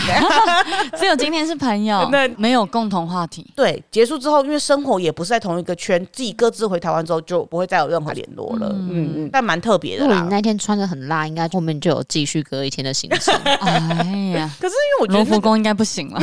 [SPEAKER 1] 只有今天是朋友
[SPEAKER 3] 那，
[SPEAKER 1] 没有共同话题。
[SPEAKER 3] 对，结束之后，因为生活也不是在同一个圈，自己各自回台湾之后就不会再有任何联络了。嗯嗯，但蛮特别的
[SPEAKER 2] 如果
[SPEAKER 3] 啦
[SPEAKER 2] 你。哦那天穿的很辣，应该后面就有继续隔一天的行 程。
[SPEAKER 1] 哎呀，
[SPEAKER 3] 可是因为我觉
[SPEAKER 1] 罗
[SPEAKER 3] 得那
[SPEAKER 1] 浮
[SPEAKER 3] 个
[SPEAKER 1] 宫应该不行 了，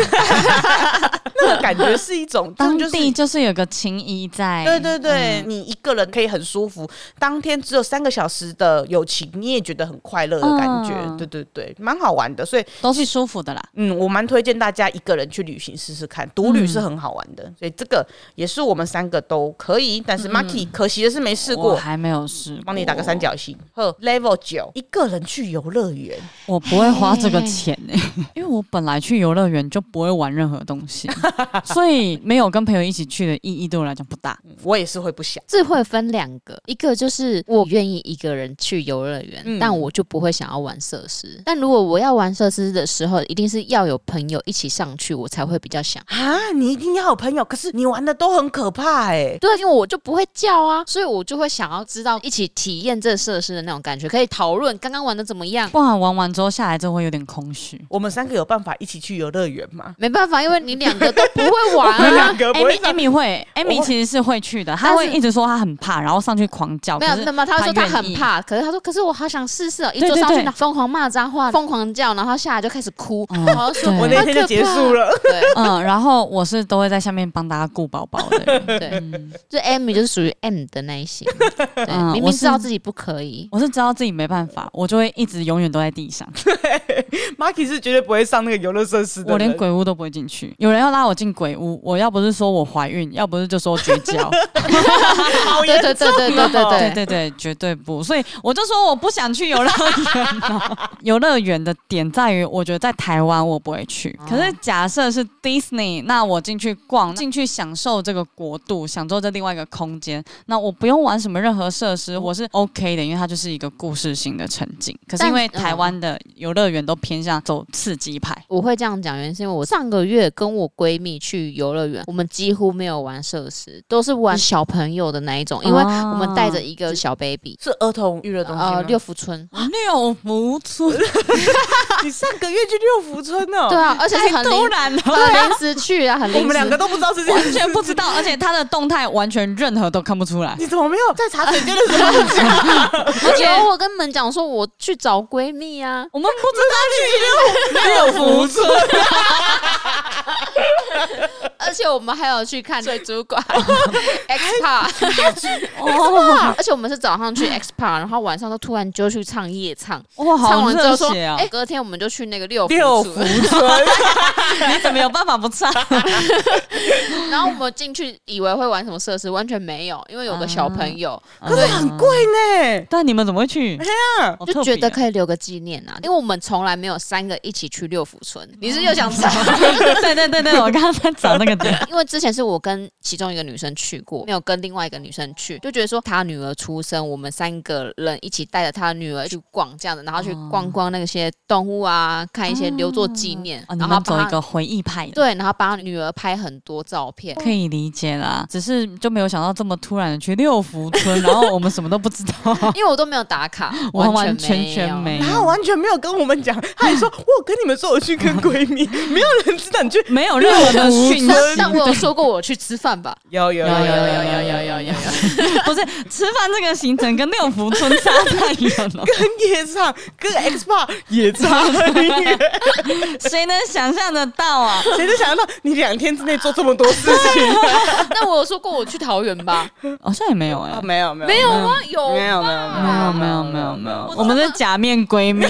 [SPEAKER 3] 那个感觉是一种，真
[SPEAKER 1] 当
[SPEAKER 3] 的就是
[SPEAKER 1] 地就是有个情谊在。
[SPEAKER 3] 对对对，你一个人可以很舒服，当天只有三个小时的友情，你也觉得很快乐的感觉。
[SPEAKER 1] 嗯
[SPEAKER 3] 对对对，蛮好玩的。所以，
[SPEAKER 1] 都是舒服的啦。
[SPEAKER 3] 嗯，我蛮推荐大家一个人去旅行试试看，独旅是很好玩的。所以这个也是我们三个都可以，但是 Maki、可惜的是没试
[SPEAKER 1] 我
[SPEAKER 3] 过。
[SPEAKER 1] 还没有试，
[SPEAKER 3] 帮你打个三。角形。呵，Level 九，一个人去游乐园，
[SPEAKER 1] 我不会花这个钱
[SPEAKER 3] 哎
[SPEAKER 1] 呢、 因为我本来去游乐园就不会玩任何东西， 所以没有跟朋友一起去的意义对我来讲不大。
[SPEAKER 3] 嗯我也是会不想。
[SPEAKER 2] 这会分两个，一个就是我愿意一个人去游乐园，
[SPEAKER 3] 嗯
[SPEAKER 2] 但我就不会想要玩设施。但如果我要玩设施的时候，一定是要有朋友一起上去，我才会比较想。
[SPEAKER 3] 啊，你一定要有朋友，可是你玩的都很可怕哎、
[SPEAKER 2] 对，因为我就不会叫啊，所以我就会想要知道一起体验这设施的那种感觉，可以讨论刚刚玩的怎么样。
[SPEAKER 1] 不然玩完之后下来，真的会有点空虚。
[SPEAKER 3] 我们三个有办法一起去游乐园吗？
[SPEAKER 2] 没办法，因为你两个都不会玩
[SPEAKER 3] 我们
[SPEAKER 2] 啊。
[SPEAKER 3] 两个不会
[SPEAKER 1] Amy
[SPEAKER 3] 上
[SPEAKER 1] Amy 会
[SPEAKER 3] 我
[SPEAKER 1] ，Amy 其实是会去的，她会一直说她很怕，然后上去狂叫。
[SPEAKER 2] 没有
[SPEAKER 1] 可，是
[SPEAKER 2] 那么他说他
[SPEAKER 1] 愿
[SPEAKER 2] 很
[SPEAKER 1] 意，
[SPEAKER 2] 怕，可是他说，可是我好想试试哦，一
[SPEAKER 1] 对
[SPEAKER 2] 坐
[SPEAKER 1] 对
[SPEAKER 2] 上去
[SPEAKER 1] 对
[SPEAKER 2] 呢疯狂骂脏话，疯狂叫，然后下来就开始哭，
[SPEAKER 1] 嗯
[SPEAKER 2] 然后说
[SPEAKER 1] 对
[SPEAKER 3] 我那天就结束了。
[SPEAKER 2] 对，
[SPEAKER 1] 嗯，然后我是都会在下面帮大家顾宝宝的人。
[SPEAKER 2] 对，
[SPEAKER 1] 嗯，
[SPEAKER 2] 就 Amy 就是属于 M 的那一型，对
[SPEAKER 1] 嗯
[SPEAKER 2] 明
[SPEAKER 1] 我
[SPEAKER 2] 明
[SPEAKER 1] 是
[SPEAKER 2] 知道自己不可以，
[SPEAKER 1] 我是知道自己没办法，我就会一直永远都在地上，
[SPEAKER 3] Marky 是绝对不会上那个游乐设施的人。
[SPEAKER 1] 我连鬼屋都不会进去。有人要拉我进鬼屋，我要不是说我怀孕，要不是就说绝交。
[SPEAKER 3] 好
[SPEAKER 2] 对
[SPEAKER 3] 严
[SPEAKER 2] 对对对对
[SPEAKER 3] 哦
[SPEAKER 2] 对
[SPEAKER 1] 对对对，绝对不。所以我就说我不想去游乐园 了。游乐园的点在于，我觉得在台湾我不会
[SPEAKER 2] 哦
[SPEAKER 1] 去。可是假设是 Disney，那我进去逛，进去享受这个国度，享受这另外一个空间，那我不用玩什么任何设施，我是 OK 的，因为它就是一个故事性的沉浸。可是因为
[SPEAKER 2] 哦但
[SPEAKER 1] 台湾的游乐园都偏向走刺激派，
[SPEAKER 2] 我会这样讲，原因是因为我上个月跟我闺蜜去游乐园，我们几乎没有玩设施，都是玩小朋友的那一种，因为
[SPEAKER 1] 哦
[SPEAKER 2] 我们带着一个小 baby，
[SPEAKER 3] 是儿童娱乐中心吗
[SPEAKER 2] 呃，六福村，
[SPEAKER 1] 六福村，
[SPEAKER 3] 你上个月去六福村哦，
[SPEAKER 2] 对啊，而且是
[SPEAKER 1] 太
[SPEAKER 2] 很临
[SPEAKER 1] 突然了吧。
[SPEAKER 2] 很临时去啊，很
[SPEAKER 3] 我
[SPEAKER 2] 临
[SPEAKER 3] 们两个
[SPEAKER 2] 时。
[SPEAKER 3] 都不知道是这样。
[SPEAKER 1] 完全不知道，而且它的动态完全任何都看不出来。
[SPEAKER 3] 你怎么没有在茶水 间的时候就讲？
[SPEAKER 2] 有我跟你们讲说，我去找闺蜜啊，
[SPEAKER 1] 我们不知
[SPEAKER 3] 六福村，
[SPEAKER 2] 而且我们还有去看水族 馆 X Park，
[SPEAKER 1] 道去六哦，
[SPEAKER 2] 而且我们是早上去 X Park，然后晚上都突然就去唱夜唱，
[SPEAKER 1] 哇，
[SPEAKER 2] 唱
[SPEAKER 1] 好
[SPEAKER 2] 完之后
[SPEAKER 1] 热
[SPEAKER 2] 说，
[SPEAKER 1] 血
[SPEAKER 2] 哎、
[SPEAKER 1] 啊！
[SPEAKER 2] 隔天我们就去那个六福
[SPEAKER 3] 哦六
[SPEAKER 2] 村
[SPEAKER 3] 福村，
[SPEAKER 1] 你怎么有办法不 唱？
[SPEAKER 2] 然后我们进去以为会玩什么设施，完全没有，因为有个
[SPEAKER 1] 啊
[SPEAKER 2] 小朋友、
[SPEAKER 3] 可是很贵呢。
[SPEAKER 1] 但你们怎么会去？好
[SPEAKER 2] 就
[SPEAKER 1] 特
[SPEAKER 2] 觉
[SPEAKER 1] 别啊
[SPEAKER 2] 得可以留个纪念啊，因为我们从来没有三个一起去六福村。你是又想 找？
[SPEAKER 1] 对对对 对，我刚刚在找那个点。
[SPEAKER 2] 因为之前是我跟其中一个女生去过，没有跟另外一个女生去，就觉得说她女儿出生，我们三个人一起带着她女儿去逛这样子，然后去逛逛那些动物啊，看一些留作纪念，
[SPEAKER 1] 哦哦，你
[SPEAKER 2] 然后
[SPEAKER 1] 们走
[SPEAKER 2] 帮
[SPEAKER 1] 一
[SPEAKER 2] 她
[SPEAKER 1] 个回忆派的，
[SPEAKER 2] 对，然后帮她女儿拍很多照片。，
[SPEAKER 1] 可以理解啦。只是就没有想到这么突然的去六福村，然后我们什么都不知道
[SPEAKER 2] 因为我都没有打卡，
[SPEAKER 1] 完
[SPEAKER 2] 完
[SPEAKER 1] 完全
[SPEAKER 2] 全
[SPEAKER 1] 全
[SPEAKER 2] 有
[SPEAKER 1] 没
[SPEAKER 3] 然后
[SPEAKER 1] 有，
[SPEAKER 3] 完全没有跟我们讲，他还说：“我有跟你们说我去跟闺蜜，没有人知道你去
[SPEAKER 1] 没有任何的
[SPEAKER 3] 六福
[SPEAKER 1] 讯
[SPEAKER 3] 村
[SPEAKER 1] 西。
[SPEAKER 2] 但我有说过我去吃饭吧？
[SPEAKER 3] 有有
[SPEAKER 2] 有有有有有有 有，
[SPEAKER 1] 不是吃饭这个行程跟六福村差太远 了，
[SPEAKER 3] 跟夜唱跟 X Park 也差很远，
[SPEAKER 1] 谁能想象得到啊？
[SPEAKER 3] 谁能想得到你两天之内做这么多事情？
[SPEAKER 2] 但我有说过我去桃园吧？
[SPEAKER 1] 好像也没有哎、
[SPEAKER 3] 啊没有 没有
[SPEAKER 2] 没有吗？有
[SPEAKER 3] 没有没有
[SPEAKER 2] 吧
[SPEAKER 1] 没有没有没有没有，我们是假面闺 蜜。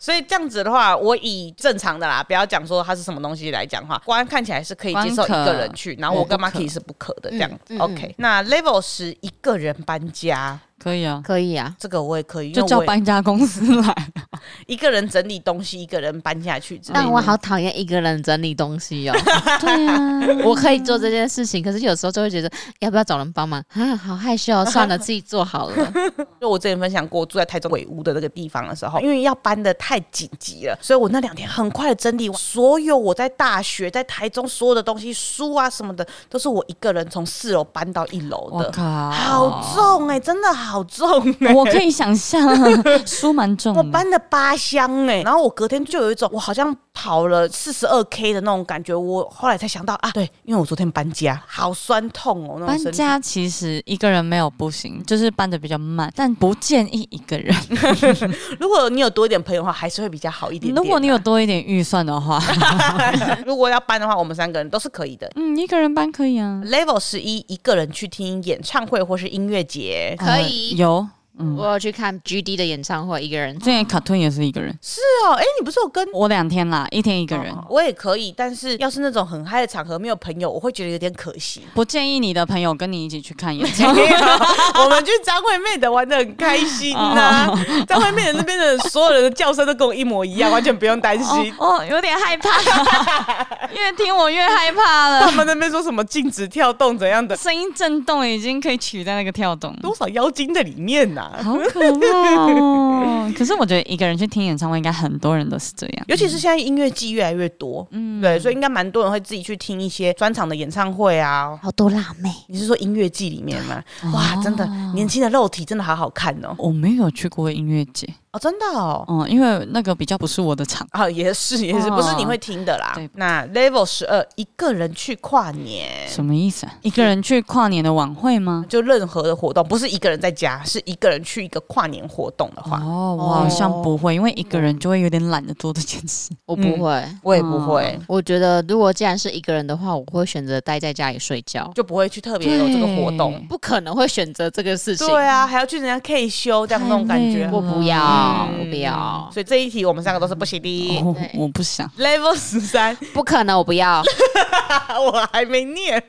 [SPEAKER 3] 所以这样子的话，我以正常的啦，不要讲说它是什么东西来讲话，光看起来是可以接受一个人去，然后我跟
[SPEAKER 1] 我不可
[SPEAKER 3] Marky 是不可的这样。
[SPEAKER 2] 嗯嗯
[SPEAKER 3] OK，那 Level 十一个人搬家。
[SPEAKER 1] 可以啊，
[SPEAKER 2] 可以啊，
[SPEAKER 3] 这个我也可以，
[SPEAKER 1] 就
[SPEAKER 3] 因为
[SPEAKER 1] 叫
[SPEAKER 3] 我也
[SPEAKER 1] 搬家公司来。
[SPEAKER 3] 一个人整理东西，一个人搬下去之类
[SPEAKER 2] 但
[SPEAKER 3] 的。
[SPEAKER 2] 我好讨厌一个人整理 东西哦。
[SPEAKER 1] 对啊，
[SPEAKER 2] 我可以做这件事情，可是有时候就会觉得要不要找人帮忙啊？好害 羞、哦，算了，自己做好了。
[SPEAKER 3] 就我之前分享过，住在台中鬼屋的那个地方的时候，因为要搬的太紧急了，所以我那两天很快的整理所有我在大学在台中所有的东西，书啊什么的，都是我一个人从四楼搬到一楼
[SPEAKER 1] 我
[SPEAKER 3] 的。
[SPEAKER 1] 靠，
[SPEAKER 3] 好重哎、真的好重哎、
[SPEAKER 1] 我可以想象，书蛮重
[SPEAKER 3] 我
[SPEAKER 1] 的。
[SPEAKER 3] 搬了八箱哎、然后我隔天就有一种我好像跑了四十二 K 的那种感觉。我后来才想到啊，对，因为我昨天搬家，好酸痛哦、那种
[SPEAKER 1] 搬
[SPEAKER 3] 身体
[SPEAKER 1] 家其实一个人没有不行，就是搬的比较慢，但不建议一个人。
[SPEAKER 3] 如果你有多一点朋友的话，还是会比较好一点点啊、
[SPEAKER 1] 如果你有多一点预算的话，
[SPEAKER 3] 如果要搬的话，我们三个人都是可以的。
[SPEAKER 1] 嗯，一个人搬可以啊，
[SPEAKER 3] Level 十一，一个人去听演唱会或是音乐节，
[SPEAKER 2] 可以
[SPEAKER 1] 呃有。嗯，
[SPEAKER 2] 我有去看 GD 的演唱会，一个人
[SPEAKER 1] 之前卡顿也是一个人，
[SPEAKER 3] 是哦。哎、你不是有跟
[SPEAKER 1] 我两天啦，一天一个人。
[SPEAKER 3] 哦我也可以，但是要是那种很嗨的场合没有朋友，我会觉得有点可惜。
[SPEAKER 1] 不建议你的朋友跟你一起去看演唱 会。
[SPEAKER 3] 没有我们去张惠妹的玩的很开心呐、张惠妹的那边的所有人的叫声都跟我一模一样，完全不用担心。
[SPEAKER 1] 哦，有点害怕， 越听我越害怕
[SPEAKER 3] 他
[SPEAKER 1] 了，
[SPEAKER 3] 们那边说什么禁止跳动怎样的，
[SPEAKER 1] 声音震动已经可以取代那个跳动，
[SPEAKER 3] 多少妖精在里面呐、
[SPEAKER 1] 好可怕 哦！可是我觉得一个人去听演唱会，应该很多人都是这样。
[SPEAKER 3] 尤其是现在音乐季越来越多，嗯，对，所以应该蛮多人会自己去听一些专场的演唱会啊。
[SPEAKER 2] 好多辣妹，
[SPEAKER 3] 你是说音乐季里面吗？哇，真的，年轻的肉体真的好好看哦！
[SPEAKER 1] 我没有去过音乐节，
[SPEAKER 3] 哦，真的哦。
[SPEAKER 1] 嗯，因为那个比较不是我的场。
[SPEAKER 3] 啊，也是也是，
[SPEAKER 1] 哦
[SPEAKER 3] 不是你会听的啦
[SPEAKER 1] 对。
[SPEAKER 3] 那 Level 十二，一个人去跨年，
[SPEAKER 1] 什么意思啊？一个人去跨年的晚会吗？
[SPEAKER 3] 就任何的活动，不是一个人在家，是一个人去一个跨年活动的话，
[SPEAKER 1] 哦，我好像不会，因为一个人就会有点懒得做这件事。
[SPEAKER 2] 我不会。
[SPEAKER 3] 我也不
[SPEAKER 1] 嗯
[SPEAKER 3] 会，
[SPEAKER 2] 我觉得如果既然是一个人的话，我会选择待在家里睡觉，
[SPEAKER 3] 就不会去特别有这个活动。
[SPEAKER 1] 对，
[SPEAKER 2] 不可能会选择这个事情。
[SPEAKER 3] 对啊，还要去人家 K 修这样那种感觉
[SPEAKER 1] 太累，
[SPEAKER 2] 我不要，
[SPEAKER 3] 嗯
[SPEAKER 2] 我不要，
[SPEAKER 3] 所以这一题我们三个都是不行的。
[SPEAKER 1] 哦
[SPEAKER 2] 对
[SPEAKER 1] 我不想。
[SPEAKER 3] Level 十三，
[SPEAKER 2] 不可能，我不要。
[SPEAKER 3] 我还没念。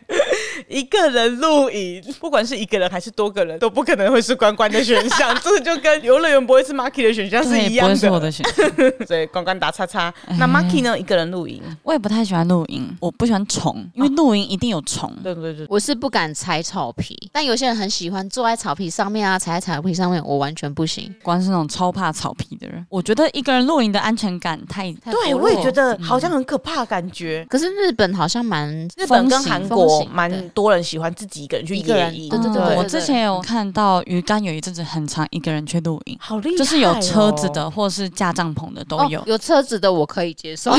[SPEAKER 3] 一个人露营，不管是一个人还是多个人，都不可能会是关关的选项。这个就跟游乐园不会是 Marky 的选项是
[SPEAKER 1] 对
[SPEAKER 3] 一
[SPEAKER 1] 不
[SPEAKER 3] 样
[SPEAKER 1] 会是我嗯
[SPEAKER 3] 的。
[SPEAKER 1] 的选择。
[SPEAKER 3] 所以关关打叉叉。那 Marky 呢？一个人露营，
[SPEAKER 1] 我也不太喜欢露营，我不喜欢虫，因为露营一定有虫。
[SPEAKER 3] 对对对。
[SPEAKER 2] 我是不敢踩草皮，但有些人很喜欢坐在草皮上面啊，踩在草皮上面，我完全不行。
[SPEAKER 1] 光是那种超怕草皮的人，我觉得一个人露营的安全感太……
[SPEAKER 2] 太
[SPEAKER 3] 对，
[SPEAKER 2] 薄
[SPEAKER 3] 我也
[SPEAKER 2] 弱
[SPEAKER 3] 觉
[SPEAKER 1] 哦
[SPEAKER 3] 得
[SPEAKER 1] 嗯
[SPEAKER 3] 好像很可怕的感觉。
[SPEAKER 2] 可是日本好像蛮
[SPEAKER 3] 日本跟
[SPEAKER 2] 风行
[SPEAKER 3] 韩
[SPEAKER 2] 风
[SPEAKER 3] 国
[SPEAKER 2] 行
[SPEAKER 3] 蛮
[SPEAKER 2] 对
[SPEAKER 3] 多人喜欢自己一个人去
[SPEAKER 2] 一个
[SPEAKER 3] 野
[SPEAKER 2] 人
[SPEAKER 3] 营，
[SPEAKER 2] 对对对对
[SPEAKER 1] 嗯我
[SPEAKER 2] 对
[SPEAKER 1] 之前有看到鱼竿有一阵子很长，一个人去露营，
[SPEAKER 3] 好厉害、
[SPEAKER 1] 就是有车子。的或是架帐篷的都有
[SPEAKER 2] 哦。有车子的我可以接受，哦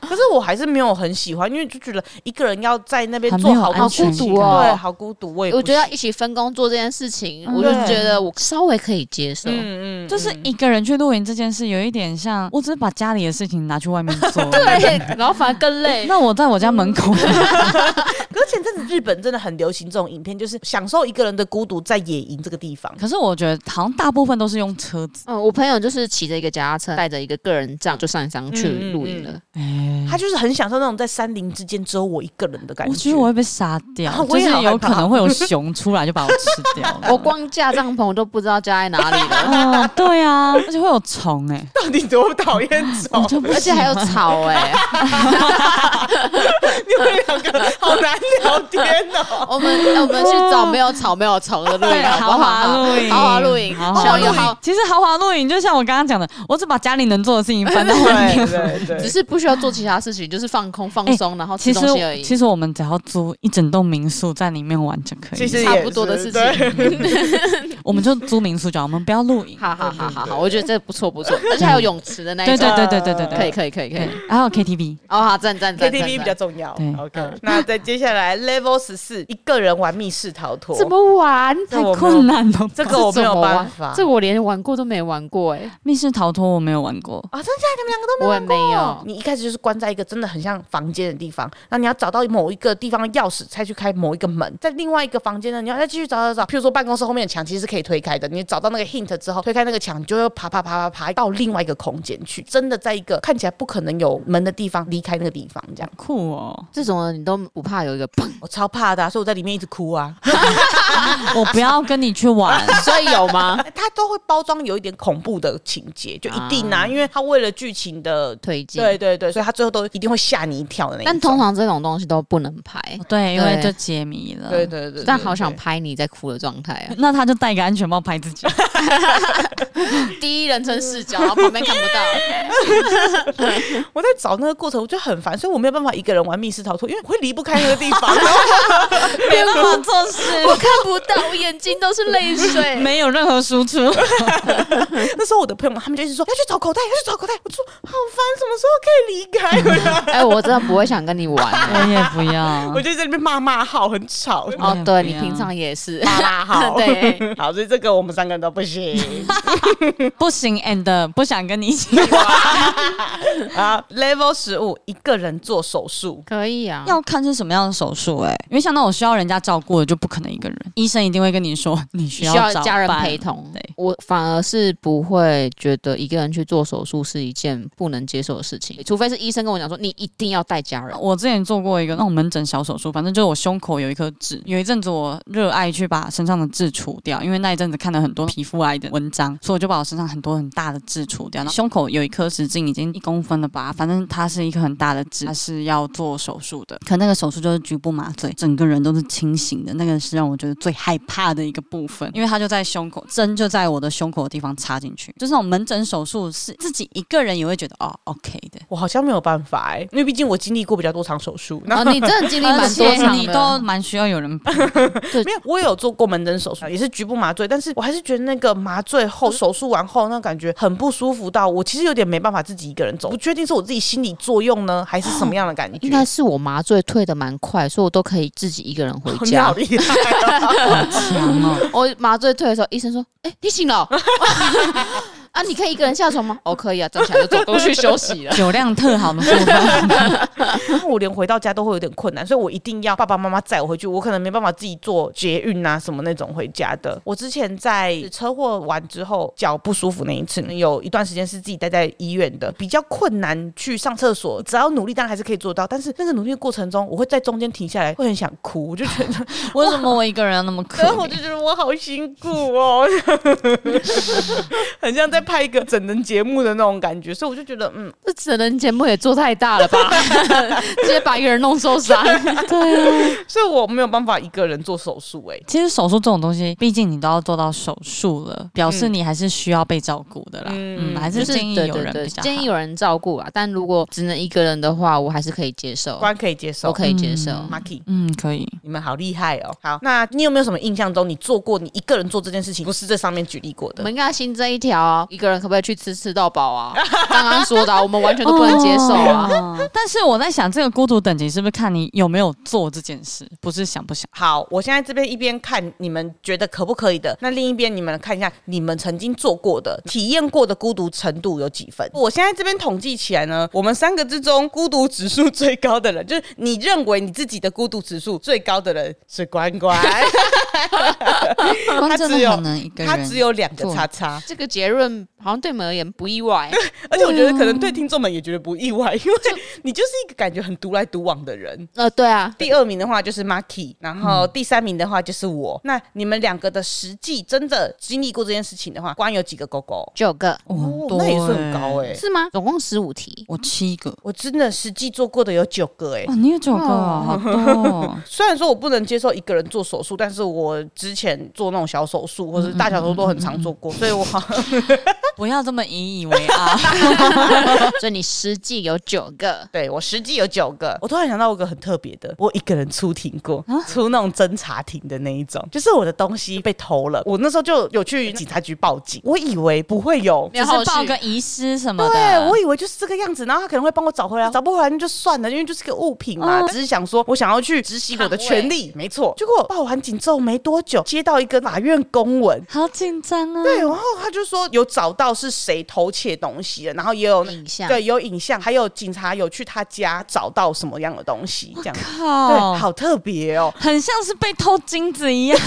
[SPEAKER 3] 可是我还是没有很喜欢，因为就觉得一个人要在那边
[SPEAKER 1] 很没
[SPEAKER 3] 做
[SPEAKER 1] 有
[SPEAKER 3] 好
[SPEAKER 1] 安
[SPEAKER 3] 孤
[SPEAKER 1] 全
[SPEAKER 3] 独
[SPEAKER 2] 感
[SPEAKER 3] 对，好孤独。我也
[SPEAKER 2] 哦我觉得要
[SPEAKER 3] 不
[SPEAKER 2] 一起分工做这件事情，
[SPEAKER 1] 嗯
[SPEAKER 2] 我就
[SPEAKER 3] 对
[SPEAKER 2] 觉得我稍微可以接受。
[SPEAKER 3] 行嗯嗯
[SPEAKER 1] 就是
[SPEAKER 3] 嗯
[SPEAKER 1] 一个人去露营这件事，有一点像我只是把家里的事情拿去外面做。
[SPEAKER 2] 对，然后反而更累。
[SPEAKER 1] 那我在我家门口，
[SPEAKER 3] 可是前阵子日本真的很流行这种影片，就是享受一个人的孤独在野营这个地方。
[SPEAKER 1] 可是我觉得好像大部分都是用车子。
[SPEAKER 2] 嗯，我朋友就是骑着一个脚踏车，带着一个个人帐就上山去
[SPEAKER 3] 嗯嗯
[SPEAKER 2] 露营
[SPEAKER 3] 嗯
[SPEAKER 2] 了。
[SPEAKER 1] 哎
[SPEAKER 3] 他就是很享受那种在山林之间只有我一个人的感
[SPEAKER 1] 我觉得我会被杀掉，
[SPEAKER 3] 啊
[SPEAKER 1] 就
[SPEAKER 3] 我
[SPEAKER 1] 是
[SPEAKER 3] 也好害怕
[SPEAKER 1] 有可能会有熊出来就把我吃掉
[SPEAKER 2] 。我光架帐篷都不知道架在哪里 了，
[SPEAKER 1] 哦，对啊，而且会有虫哎、
[SPEAKER 3] 到底多讨厌
[SPEAKER 1] 我
[SPEAKER 3] 虫？
[SPEAKER 1] 就不
[SPEAKER 2] 欸而且还有
[SPEAKER 1] 喜欢
[SPEAKER 2] 草哎、
[SPEAKER 3] 你们两两个好难聊天 哦。
[SPEAKER 2] 我们哎我们去找没有草没有虫的露
[SPEAKER 1] 对，
[SPEAKER 2] 营，好
[SPEAKER 1] 豪
[SPEAKER 2] 不
[SPEAKER 1] 华
[SPEAKER 2] 啊好？
[SPEAKER 1] 露营，
[SPEAKER 2] 豪华露营
[SPEAKER 1] 豪
[SPEAKER 2] 小
[SPEAKER 1] 华露
[SPEAKER 2] 友好
[SPEAKER 1] 营。其实豪华露营就像我刚刚讲的，我只把家里能做的事情搬到外
[SPEAKER 3] 对
[SPEAKER 1] 面。
[SPEAKER 3] 对
[SPEAKER 2] 只
[SPEAKER 3] 对，
[SPEAKER 2] 是不需要做其他事情， 就是放空放松，然后
[SPEAKER 1] 其
[SPEAKER 2] 哦吃
[SPEAKER 1] 实
[SPEAKER 2] 东西而已。
[SPEAKER 1] 其实我们只要租一整栋民宿在里面玩就可以了，
[SPEAKER 3] 其实也
[SPEAKER 2] 差不多的事情
[SPEAKER 3] 是对
[SPEAKER 1] 我们就租民宿就好，我们不要露营。
[SPEAKER 2] 好好好
[SPEAKER 3] 对对
[SPEAKER 2] 好
[SPEAKER 3] 对
[SPEAKER 2] 好，我觉得这不错不错，而且还有泳池的那一
[SPEAKER 1] 对
[SPEAKER 2] 种
[SPEAKER 1] 对，对对对对对，
[SPEAKER 2] 可以可以可以可以
[SPEAKER 1] 对。，还有 KTV，
[SPEAKER 2] 哦，好，赞赞赞赞
[SPEAKER 3] KTV 比较
[SPEAKER 2] 赞。
[SPEAKER 3] 重要
[SPEAKER 1] 对。
[SPEAKER 2] 嗯
[SPEAKER 3] OK，那再接下来 Level 十四，一个人玩密室逃脱，
[SPEAKER 2] 怎么玩？
[SPEAKER 3] 这
[SPEAKER 1] 太
[SPEAKER 3] 我没有
[SPEAKER 1] 困难了吧。
[SPEAKER 3] 这个我没有办
[SPEAKER 2] 这怎么
[SPEAKER 3] 法
[SPEAKER 2] 玩，这我连玩过都没玩过哎，
[SPEAKER 1] 密室逃脱我没有玩过，
[SPEAKER 3] 啊，真的假的？你们两个都没
[SPEAKER 2] 我也没
[SPEAKER 3] 有？
[SPEAKER 2] 有。
[SPEAKER 3] 你一开始就是关在一个真的很像房间的地方，然后你要找到某一个地方的钥匙才去开某一个门，在另外一个房间呢，你要再继续找找找。譬如说办公室后面的墙其实是可以推开的，你找到那个 hint 之后，推开那个墙，你就会爬爬爬爬爬到另外一个空间去，真的在一个看起来不可能有门的地方离开那个地方，这样
[SPEAKER 1] 酷哦！
[SPEAKER 2] 这种的你都不怕有一个砰，
[SPEAKER 3] 我超怕的啊、所以我在里面一直哭啊。
[SPEAKER 1] 我不要跟你去 玩，
[SPEAKER 2] 所以有吗？
[SPEAKER 3] 它都会包装有一点恐怖的情节，就一定啊，因为它为了剧情的。
[SPEAKER 2] 推进。
[SPEAKER 3] 对对对，所以它最后都一定会吓你一跳的那一种。
[SPEAKER 2] 但通常这种东西都不能拍，
[SPEAKER 1] 对，因为
[SPEAKER 2] 对
[SPEAKER 1] 就解谜了。
[SPEAKER 3] 对对对对，
[SPEAKER 2] 但好想
[SPEAKER 3] 对
[SPEAKER 2] 拍你在哭的状态啊！
[SPEAKER 1] 那他就戴个安全帽拍自 己。
[SPEAKER 2] 第一人称视角，然后旁边看不到。
[SPEAKER 3] 我在找那个过程，我就很烦，所以我没有办法一个人玩密室逃脱，因为我会离不开那个地 方。然后
[SPEAKER 1] 没办法做事，
[SPEAKER 2] 我看不到，我眼睛都是泪水。
[SPEAKER 1] 没有任何输出。
[SPEAKER 3] 那时候我的朋友们他们就一直说要去找口袋，要去找口袋。我说好烦，什么时候可以离开？
[SPEAKER 2] 哎、我真的不会想跟你玩。
[SPEAKER 1] 我也不要
[SPEAKER 3] 我。就在那边骂骂号，很吵，
[SPEAKER 1] 哦
[SPEAKER 2] 哦，对
[SPEAKER 1] 不
[SPEAKER 2] 你
[SPEAKER 1] 要
[SPEAKER 2] 平常 也是。
[SPEAKER 3] 骂骂号。
[SPEAKER 2] 对，
[SPEAKER 3] 好，所以这个我们三个人都不行
[SPEAKER 1] 不行，and 不想跟你一起。
[SPEAKER 3] 啊。Level 十五，一个人做手术，
[SPEAKER 2] 可以 啊。
[SPEAKER 1] 要看是什么样的手术哎、因为像那种需要人家照顾的，就不可能一个人。医生一定会跟你说，你需
[SPEAKER 2] 需要
[SPEAKER 1] 找
[SPEAKER 2] 家人
[SPEAKER 1] 伴
[SPEAKER 2] 陪同
[SPEAKER 1] 对，
[SPEAKER 2] 我反而是不会觉得一个人去做手术是一件不能接受的事情，除非是医生跟我讲说你一定要带家人。
[SPEAKER 1] 我之前做过一个那种门诊小手术，反正就是我胸口有一颗痣，有一阵子我热爱去把身上的痣除掉，因为那一阵子看了很多皮肤癌的文章，所以我就把我身上很多很大的痣除掉。然后胸口有一颗直径已经一公分了吧，反正它是一颗很大的痣，它是要做手术的。可那个手术就是局部麻醉，整个人都是清醒的，那个是让我觉得最害怕的一个部分，因为它就在胸口，针就在我的胸口的地方插进去，就是那种门诊手术是自己一个人也会觉得哦 OK 的。
[SPEAKER 3] 我好像没有办法哎、因为毕竟我经历过比较多场手术。 然
[SPEAKER 2] 然
[SPEAKER 3] 后
[SPEAKER 2] 后啊你真的经历蛮多
[SPEAKER 1] 而且
[SPEAKER 2] 场
[SPEAKER 1] 你都
[SPEAKER 2] 的，
[SPEAKER 1] 蛮需要有 人
[SPEAKER 3] 没有，我有做过门诊手术，也是局部麻醉，但是我还是觉得那个麻醉后手术完后那感觉很不舒服，到我其实有点没办法自己一个人走，不确定是我自己心理作用呢，还是什么样的感觉。
[SPEAKER 2] 哦应该是我麻醉退的蛮快，所以我都可以自己一个人回
[SPEAKER 3] 哦你好
[SPEAKER 2] 家。
[SPEAKER 3] 厉害、哦！
[SPEAKER 1] 强哦。
[SPEAKER 2] 我麻醉退的时候，医生说：“哎、你醒 了哦、 啊？你可以一个人下床吗？”哦，可以啊，站起来就走过去休息 了。
[SPEAKER 1] 酒量特好的部分，
[SPEAKER 3] 我连回到家都会有点困难，所以我一定要爸爸妈妈载我回去，我可能没办法自己坐捷运啊什么那种回家的。我之前在车祸完之后脚不舒服那一次，有一段时间是自己待在医院的，比较困难去上厕所，只要努力当然还是可以做到，但是那个努力的过程中，我会在中间停下来，会很想哭，我就觉得
[SPEAKER 1] 为什么我一个人要那么可
[SPEAKER 3] 然后我就
[SPEAKER 1] 怜？
[SPEAKER 3] 觉得我好辛苦哦， 很像在拍一个整人节目的那种感觉，所以我就觉得，嗯，
[SPEAKER 2] 这整人节目也做太大了吧， 直接把一个人弄受伤。
[SPEAKER 1] 对啊，
[SPEAKER 3] 所以我没有办法一个人做手术、欸，
[SPEAKER 1] 其实手术这种东西，毕竟你都要做到手术了，表示你还是需要被照顾的啦。
[SPEAKER 3] 嗯
[SPEAKER 1] 嗯，还是建议
[SPEAKER 2] 对
[SPEAKER 1] 有
[SPEAKER 2] 对
[SPEAKER 1] 人
[SPEAKER 2] 对
[SPEAKER 1] 比较好
[SPEAKER 2] 建议有人照顾啊。但如果只能一个人的话，我还是可以接受
[SPEAKER 3] 哎，，关可以接受
[SPEAKER 2] 我可以接受。
[SPEAKER 1] 嗯
[SPEAKER 3] m a k i
[SPEAKER 1] 嗯，可以。
[SPEAKER 3] 你们好厉害哦！好，那你有没有什么印象中你做过你一个人做这件事情，不是这上面举例过
[SPEAKER 2] 我
[SPEAKER 3] 的
[SPEAKER 2] 们？应该新增一条啊，一个人可不可以去吃吃到饱啊？刚刚说的啊、我们完全都不能接受啊。
[SPEAKER 1] 哦 但是我在想，这个孤独等级是不是看你有没有做这件事，不是想不想？
[SPEAKER 3] 好，我现在这边一边看你们觉得可不可以的，那另一边你们看一下你们曾经做过的、体验过的孤独程度有几分。我现在这边统计起来呢，我们三个之中孤独指数最高的人，就是你认为你自己的孤独指数最高的人是关 关，
[SPEAKER 1] 关真
[SPEAKER 3] 只
[SPEAKER 1] 的
[SPEAKER 3] 有
[SPEAKER 1] 很能一个
[SPEAKER 3] 他
[SPEAKER 1] 人，
[SPEAKER 3] 只有两个叉叉。
[SPEAKER 2] 这个结论们好像对我们而言不意外，
[SPEAKER 3] 而且我觉得可能对听众们也觉得不意外，因为你就是一个感觉很独来独往的人。
[SPEAKER 2] 呃，对啊，
[SPEAKER 3] 第二名的话就是 Marky，然后第三名的话就是
[SPEAKER 1] 嗯
[SPEAKER 3] 我。那你们两个的实际真的经历过这件事情的话，光有几个狗狗？
[SPEAKER 2] 九个
[SPEAKER 1] 哇
[SPEAKER 3] 哦
[SPEAKER 1] 很多
[SPEAKER 3] 那也是
[SPEAKER 1] 欸
[SPEAKER 3] 很高哎、
[SPEAKER 2] 是吗？总共十 五题，
[SPEAKER 1] 我七个，
[SPEAKER 3] 我真的实际做过的有九个哎、
[SPEAKER 1] 哇，你有九个哦，好多 哦
[SPEAKER 3] 虽然说我不能接受一个人做手术，但是我之前做那种小手术或者
[SPEAKER 1] 嗯
[SPEAKER 3] 大小手术都很常做过，所以我 好。
[SPEAKER 1] 不要这么引以为 傲。
[SPEAKER 2] 所以你实际有九个
[SPEAKER 3] 对我实际有九个。我突然想到一个很特别的，我一个人出庭过，
[SPEAKER 1] 啊
[SPEAKER 3] 出那种侦查庭的那一种，就是我的东西被偷了，我那时候就有去警察局报警，我以为不会有。
[SPEAKER 2] 没有
[SPEAKER 1] 只
[SPEAKER 2] 后
[SPEAKER 1] 是
[SPEAKER 2] 续
[SPEAKER 1] 报个遗失什么
[SPEAKER 3] 对，
[SPEAKER 1] 的，
[SPEAKER 3] 我以为就是这个样子，然后他可能会帮我找回来，找嗯不回来那就算了，因为就是个物品嘛。只是想说，我想要去执行我的权利，没错。结果报完警之后没多久，接到一个法院公文，
[SPEAKER 1] 好紧张啊！
[SPEAKER 3] 对，然后他就说有找到是谁偷窃东西的，然后也有
[SPEAKER 2] 影像
[SPEAKER 3] 对有影像，还有警察有去他家找到什么样的东西，这样子对，
[SPEAKER 1] 靠，
[SPEAKER 3] 好特别哦。
[SPEAKER 1] 很像是被偷金子一样。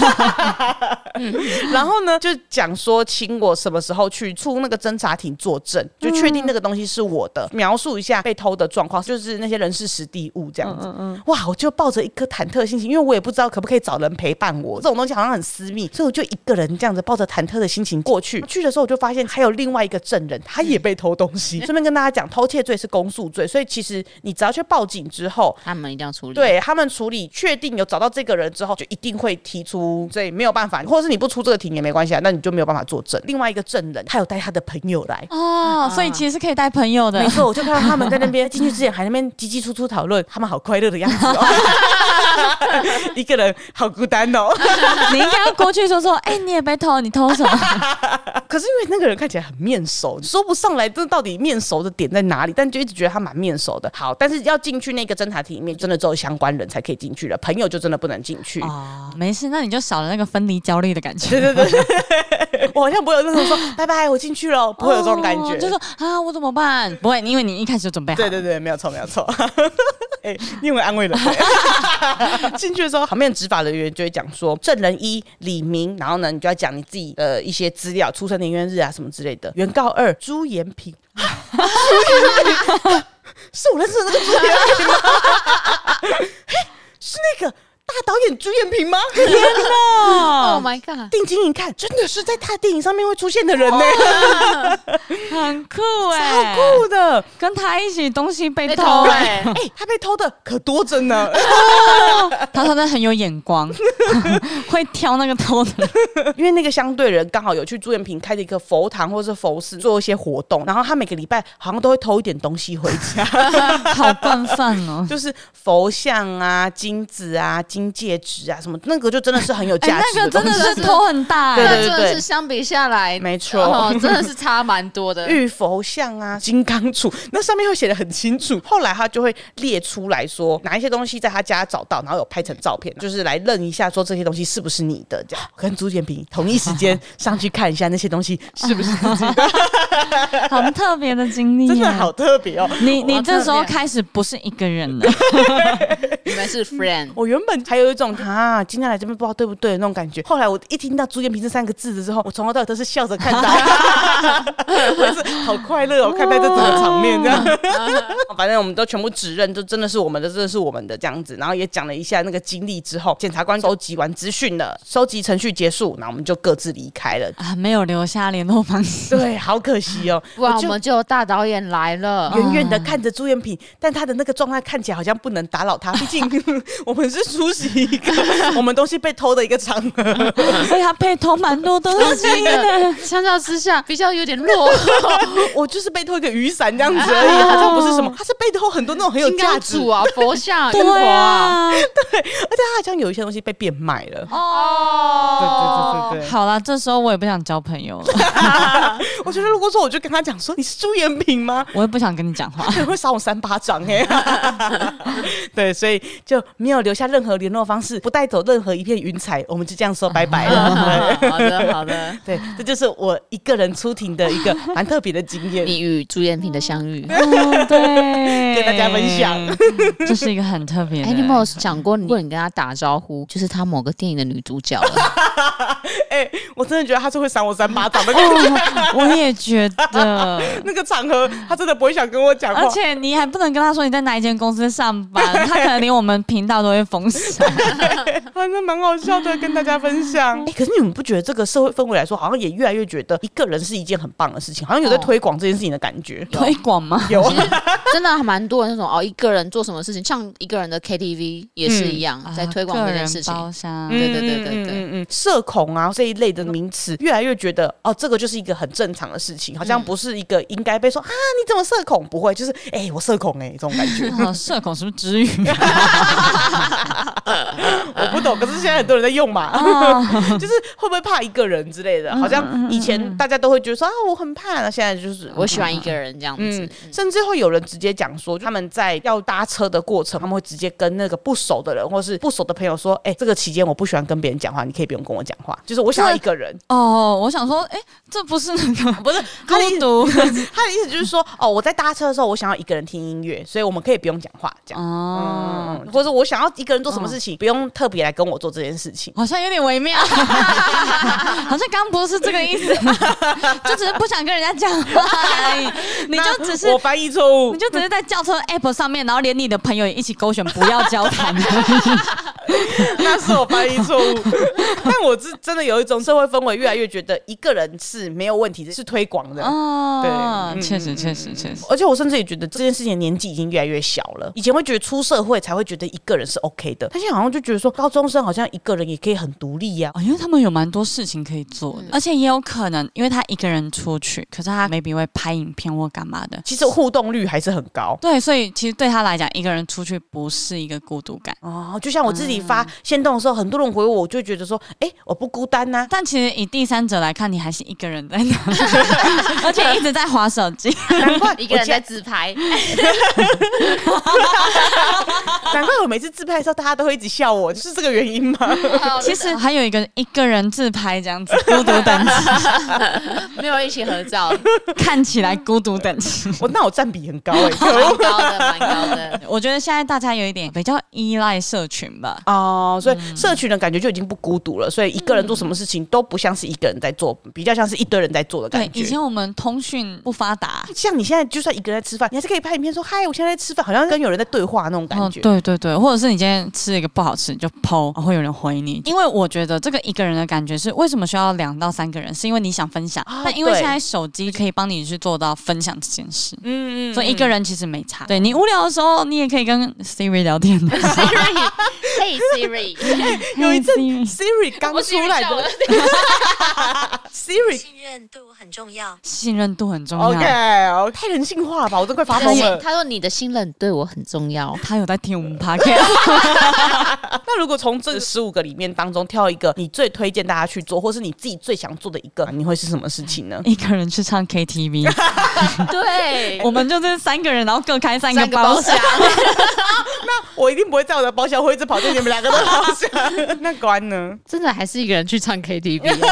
[SPEAKER 3] 然后呢，就讲说请我什么时候去出那个侦查庭作证，就确定那个东西是我的，描述一下被偷的状况，就是那些人事实地物这样子。哇，我就抱着一颗忐忑的心情，因为我也不知道可不可以找人陪伴我，这种东西好像很私密，所以我就一个人这样子抱着忐忑的心情过去。去的时候我就发现还有另外一个证人，他也被偷东西。顺便跟大家讲，偷窃罪是公诉罪，所以其实你只要去报警之后，
[SPEAKER 2] 他们一定要处理，，
[SPEAKER 3] 对他们处理确定有找到这个人之后，就一定会提出，所以没有办法，或者是你不出这个庭也没关系啊，那你就没有办法作证。另外一个证人，他有带他的朋友来。
[SPEAKER 1] 哦，所以其实是可以带朋友的
[SPEAKER 3] 没。错，我就看到他们在那边进去之前还在那边叽叽出出讨论，他们好快乐的样子哦， 一个人好孤单哦。
[SPEAKER 1] 你应该要过去说说，哎，你也被偷，你偷什么？
[SPEAKER 3] 可是因为那个人看起来很面熟，说不上来这到底面熟的点在哪里，但就一直觉得他蛮面熟的。好，但是要进去那个侦查庭里面，真的只有相关人才可以进去了，朋友就真的不能进去。
[SPEAKER 1] 哦，没事，那你就少了那个分离焦虑的感觉。
[SPEAKER 3] 对对对， 我好像不会有那种说拜拜，我进去了，不会有这种感觉。
[SPEAKER 1] 哦就说啊，我怎么办？不会，因为你一开始就准备好。
[SPEAKER 3] 对对对，没有错，没 有错。哎、你有没有安慰人？ 进去的时候，旁边的执法人员就会讲说，证人一李明，然后呢，你就要讲你自己的一些资料，出生年月日啊什么之类的。原告二朱延平，朱延平 是我认识的那个朱延平吗？ 嘿是那个大导演朱延平吗？
[SPEAKER 1] 哦
[SPEAKER 3] 嗯
[SPEAKER 2] ，Oh my god，
[SPEAKER 3] 定睛一看，真的是在他电影上面会出现的人呢、
[SPEAKER 1] 很酷
[SPEAKER 3] 超
[SPEAKER 1] 哎、
[SPEAKER 3] 酷的！
[SPEAKER 1] 跟他一起东西被
[SPEAKER 2] 被
[SPEAKER 1] 偷
[SPEAKER 2] 偷
[SPEAKER 1] 哎、
[SPEAKER 2] 哎，
[SPEAKER 3] 哎、他被偷的可多着呢。
[SPEAKER 1] 他真的很有眼光，会挑那个偷的。
[SPEAKER 3] 因为那个相对人刚好有去朱延平开的一个佛堂或者是佛寺做一些活动，然后他每个礼拜好像都会偷一点东西回 家，
[SPEAKER 1] 好笨饭哦！
[SPEAKER 3] 就是佛像啊、金子啊、金戒指啊什么，那个就真的是很有
[SPEAKER 1] 哎、
[SPEAKER 3] 价值
[SPEAKER 1] 那个
[SPEAKER 3] 东
[SPEAKER 1] 真
[SPEAKER 3] 西
[SPEAKER 1] 的是偷很大、
[SPEAKER 3] 对
[SPEAKER 1] 哎
[SPEAKER 2] 那
[SPEAKER 3] 对对
[SPEAKER 2] 真的是相比下来，
[SPEAKER 3] 没错。
[SPEAKER 2] 哦真的是差蛮多的
[SPEAKER 3] 嗯玉佛像啊、金刚杵，那上面会写的很清楚。后来他就会列出来说哪一些东西在他家找到，然后有拍成照片，就是来认一下说这些东西是不是你的。这样，我跟朱建平同一时间上去看一下那些东西是不是自己的，
[SPEAKER 1] 很特别的经历、
[SPEAKER 3] 真的
[SPEAKER 1] 哎
[SPEAKER 3] 好。特别哦。
[SPEAKER 1] 你你
[SPEAKER 2] 好特
[SPEAKER 1] 这
[SPEAKER 2] 别
[SPEAKER 1] 时候开始不是一个人了，。
[SPEAKER 2] 你们是 friend，
[SPEAKER 3] 我原本还有一种啊，今天来这边不知道对不对的那种感觉。后来我一听到朱建平这三个字的时候，我从头到尾都是笑着看他， 我也是好快乐哦，看待这整个场面这样。 反正我们都全部指认，就真的是我们的，真的是我们的这样子。然后也讲了一下那个经历之后，检察官收集完资讯了，收集程序结束，然后我们就各自离开了
[SPEAKER 1] 啊，没有留下联络方 式。
[SPEAKER 3] 对，好可惜哦。
[SPEAKER 2] 不然我
[SPEAKER 3] 就
[SPEAKER 2] 们就有大导演来了。
[SPEAKER 3] 远远的看着朱元平，但他的那个状态看起来好像不能打扰他，毕竟我们是出席一个我们东西被偷的一个场合。
[SPEAKER 1] 哎呀，被偷蛮多东西 的。
[SPEAKER 2] 相较之下，比较有点弱。
[SPEAKER 3] 我就是被偷一个雨伞这样子而已，好像不是什么，他是被偷很多那种很有
[SPEAKER 2] 金
[SPEAKER 3] 价
[SPEAKER 2] 刚
[SPEAKER 3] 值，
[SPEAKER 2] 杵啊，佛像、玉佛
[SPEAKER 1] 对
[SPEAKER 2] 啊，
[SPEAKER 1] 啊，
[SPEAKER 3] 而且他好像有一些东西被变卖了。
[SPEAKER 2] 哦，
[SPEAKER 3] 对
[SPEAKER 1] 好啦，这时候我也不想交朋友了，
[SPEAKER 3] 我觉得如果说我就跟他讲说你是朱延平吗？
[SPEAKER 1] 我也不想跟你讲话
[SPEAKER 3] 欸他。可能会赏我三巴掌哎、对，所以就没有留下任何联络方是不带走任何一片云彩，我们就这样说拜拜 了。
[SPEAKER 2] 好的，好的。
[SPEAKER 3] 对，这就是我一个人出庭的一个蛮特别的经验。
[SPEAKER 2] 你与朱延平的相遇，
[SPEAKER 1] 嗯对，
[SPEAKER 3] 跟大家分享，
[SPEAKER 1] 嗯这是一个很特别的。
[SPEAKER 2] 哎，你有没 有想过，如果你跟他打招呼，就是他某个电影的女主角 了？
[SPEAKER 3] 哎、我真的觉得他是会赏我三巴掌的
[SPEAKER 1] 哦，我也觉得，
[SPEAKER 3] 那个场合，他真的不会想跟我讲话
[SPEAKER 1] 而。且你还不能跟他说你在哪一间公司上 班，他可能连我们频道都会封 杀。
[SPEAKER 3] 啊，那蛮好笑的，跟大家分享。 哎、可是你们不觉得这个社会氛围来说，好像也越来越觉得一个人是一件很棒的事情，好像有在推广这件事情的感觉。
[SPEAKER 1] 推广吗？
[SPEAKER 3] 哦 有啊
[SPEAKER 2] 其实真的还蛮多人那种哦，一个人做什么事情，像一个人的 KTV 也是一样，在推广
[SPEAKER 1] 啊
[SPEAKER 2] 这件事情
[SPEAKER 1] 个人。包厢，
[SPEAKER 2] 对对对对
[SPEAKER 3] 嗯嗯
[SPEAKER 2] 对
[SPEAKER 3] 嗯嗯，社恐啊这一类的名词，越来越觉得哦，这个就是一个很正常的事情，好像不是一个应该被说、啊，你怎么社恐？不会，就是哎、我社恐哎、这种感觉，
[SPEAKER 1] 呃社恐是不是之语？
[SPEAKER 3] 我不懂。可是现在很多人在用嘛，
[SPEAKER 1] 啊
[SPEAKER 3] 就是会不会怕一个人之
[SPEAKER 2] 嗯
[SPEAKER 3] 类的？好像以前大家都会觉得说啊，我很怕，那现在就是
[SPEAKER 2] 我喜欢一个人这样子
[SPEAKER 3] 嗯，，甚至会有人直接讲说，他们在要搭车的过程，他们会直接跟那个不熟的人或是不熟的朋友说：“哎、这个期间我不喜欢跟别人讲话，你可以不用跟我讲话，就是我想要一个人。
[SPEAKER 1] 哦，我想说，哎，这不是那 个不是
[SPEAKER 3] 他的意
[SPEAKER 1] 孤
[SPEAKER 3] 思
[SPEAKER 1] 独
[SPEAKER 3] 他的意思就是说，哦，我在搭车的时候，我想要一个人听音乐，所以我们可以不用讲话，这样。
[SPEAKER 1] 哦，
[SPEAKER 3] 嗯，或者我想要一个人做什么事
[SPEAKER 2] 哦
[SPEAKER 3] 情，不用特别来跟我做这件事情。
[SPEAKER 1] 好像有点微 妙，好像刚不是这个意思，就只是不想跟人家讲话而已，你就只是
[SPEAKER 3] 那我翻译错误
[SPEAKER 1] 你，就只是在轿车 app 上面，然后连你的朋友也一起勾选不要交 谈。
[SPEAKER 3] 那是我翻译错误。但我是真的有一种社会氛围，越来越觉得一个人是没有问题的，是推广的。
[SPEAKER 1] 哦，
[SPEAKER 3] 对
[SPEAKER 1] 确实确实确实。
[SPEAKER 3] 而且我甚至也觉得这件事情年纪已经越来越小了。以前会觉得出社会才会觉得一个人是 OK 的，但现在好像就觉得说高中生好像一个人也可以很独立啊呀、
[SPEAKER 1] 哦，因为他们有蛮多事情可以做
[SPEAKER 3] 嗯
[SPEAKER 1] 的，而且也有可能，因为他一个人出去，可是他 maybe 会拍影片或干嘛的。
[SPEAKER 3] 其实互动率还是很高。
[SPEAKER 1] 对，所以其实对他来讲，一个人出去不是一个孤独感，
[SPEAKER 3] 哦，就像我自己发先动的时候，很多人回我，我就觉得说，哎、我不孤单呐、
[SPEAKER 1] 但其实以第三者来看，你还是一个人在 那，而且一直在划手机。
[SPEAKER 3] 难怪
[SPEAKER 2] 一个人
[SPEAKER 3] 我现
[SPEAKER 2] 在自 拍，
[SPEAKER 3] 难怪我每次自拍的时候，大家都会一直笑我，是这个原因吗？
[SPEAKER 1] 其实还有一个一个人自拍这样子，孤独等 级
[SPEAKER 2] 没有一起合 照，
[SPEAKER 1] 看起来孤独等级。
[SPEAKER 3] 我那我占比很高哎、可恶
[SPEAKER 2] 蛮高的，蛮高的。
[SPEAKER 1] 我觉得现在大家有一点比较依赖社群吧，
[SPEAKER 3] 哦，所以社群的感觉就已经不孤独了，所以一个人做什么事情都不像是一个人在做，比较像是一堆人在做的感
[SPEAKER 1] 对，
[SPEAKER 3] 觉。
[SPEAKER 1] 以前我们通讯不发达。
[SPEAKER 3] 像你现在就算一个人在吃饭，你还是可以拍影片说嗨，我现在在吃饭，好像跟有人在对话那种感
[SPEAKER 1] 哦，
[SPEAKER 3] 觉。
[SPEAKER 1] 对对对，或者是你今天吃一个不好吃，你就剖，会有人回
[SPEAKER 3] 嗯
[SPEAKER 1] 你。因为我觉得这个一个人的感觉是为什么需要两到三个人，是因为你想分享。
[SPEAKER 3] 哦
[SPEAKER 1] 那因为
[SPEAKER 3] 对
[SPEAKER 1] 现在手机可以帮你去做到分享这件事，
[SPEAKER 3] 嗯
[SPEAKER 1] 所以一个人其实没差。对你无聊的时候，你也可以跟 Siri 聊 天。
[SPEAKER 2] Siri，嘿 Siri，
[SPEAKER 3] 有一 阵
[SPEAKER 1] Hey, Siri
[SPEAKER 3] Siri 刚出来
[SPEAKER 2] 我
[SPEAKER 3] 的
[SPEAKER 2] 是
[SPEAKER 3] Siri。
[SPEAKER 4] 信任对我很重要。
[SPEAKER 1] 信任度很重要。
[SPEAKER 3] OK，哦太人性化了吧，我都快发
[SPEAKER 2] 他说
[SPEAKER 3] 疯
[SPEAKER 2] 你
[SPEAKER 3] 了。
[SPEAKER 2] 他说你的信任对我很重要。
[SPEAKER 1] 他有在听我们 podcast，
[SPEAKER 3] 那如果从这十五个里面当中挑一个你最推荐大家去做，或是你自己最想做的一个，你会是什么事情呢？
[SPEAKER 1] 一个人去唱 KTV，
[SPEAKER 2] 对
[SPEAKER 1] 我们就是三个人，然后各开三个
[SPEAKER 2] 三个包
[SPEAKER 1] 包厢
[SPEAKER 2] 厢。，
[SPEAKER 3] 我一定不会在我的包厢，我会一直跑进你们两个的包厢。 那关 呢？
[SPEAKER 2] 真的还是一个人去 唱 KTV，
[SPEAKER 3] 假
[SPEAKER 2] 因为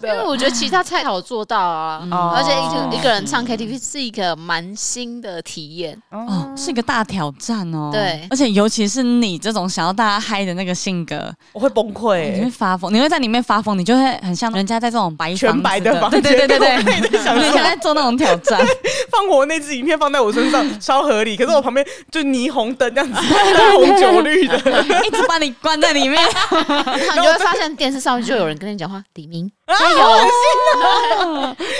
[SPEAKER 3] 的。
[SPEAKER 2] 我觉得其他太好做到啊。
[SPEAKER 3] 哦
[SPEAKER 2] 而且一个一个人唱 KTV 是一个蛮新的体验，
[SPEAKER 1] 哦，是一个大挑战哦。
[SPEAKER 2] 对
[SPEAKER 1] 而且尤其是你这种想要大家嗨的那个性格，
[SPEAKER 3] 我会崩溃
[SPEAKER 1] 哦你会
[SPEAKER 3] 欸，
[SPEAKER 1] 发疯，你会在里面发疯，你就会很像人家在这种白
[SPEAKER 3] 全白
[SPEAKER 1] 的
[SPEAKER 3] 的房
[SPEAKER 1] 对
[SPEAKER 3] 间，
[SPEAKER 1] 对对对
[SPEAKER 3] 我
[SPEAKER 1] 对，
[SPEAKER 3] 也 在想
[SPEAKER 1] 你
[SPEAKER 3] 说
[SPEAKER 1] 像在做那种挑战，
[SPEAKER 3] 放火那支影片放在我身上超合理，可是我旁边就霓虹灯这样子，灯红酒绿的，
[SPEAKER 1] 一直把你关在里面。
[SPEAKER 2] 然后你就会发现电视上就有人跟你讲话，李 明
[SPEAKER 3] 加油！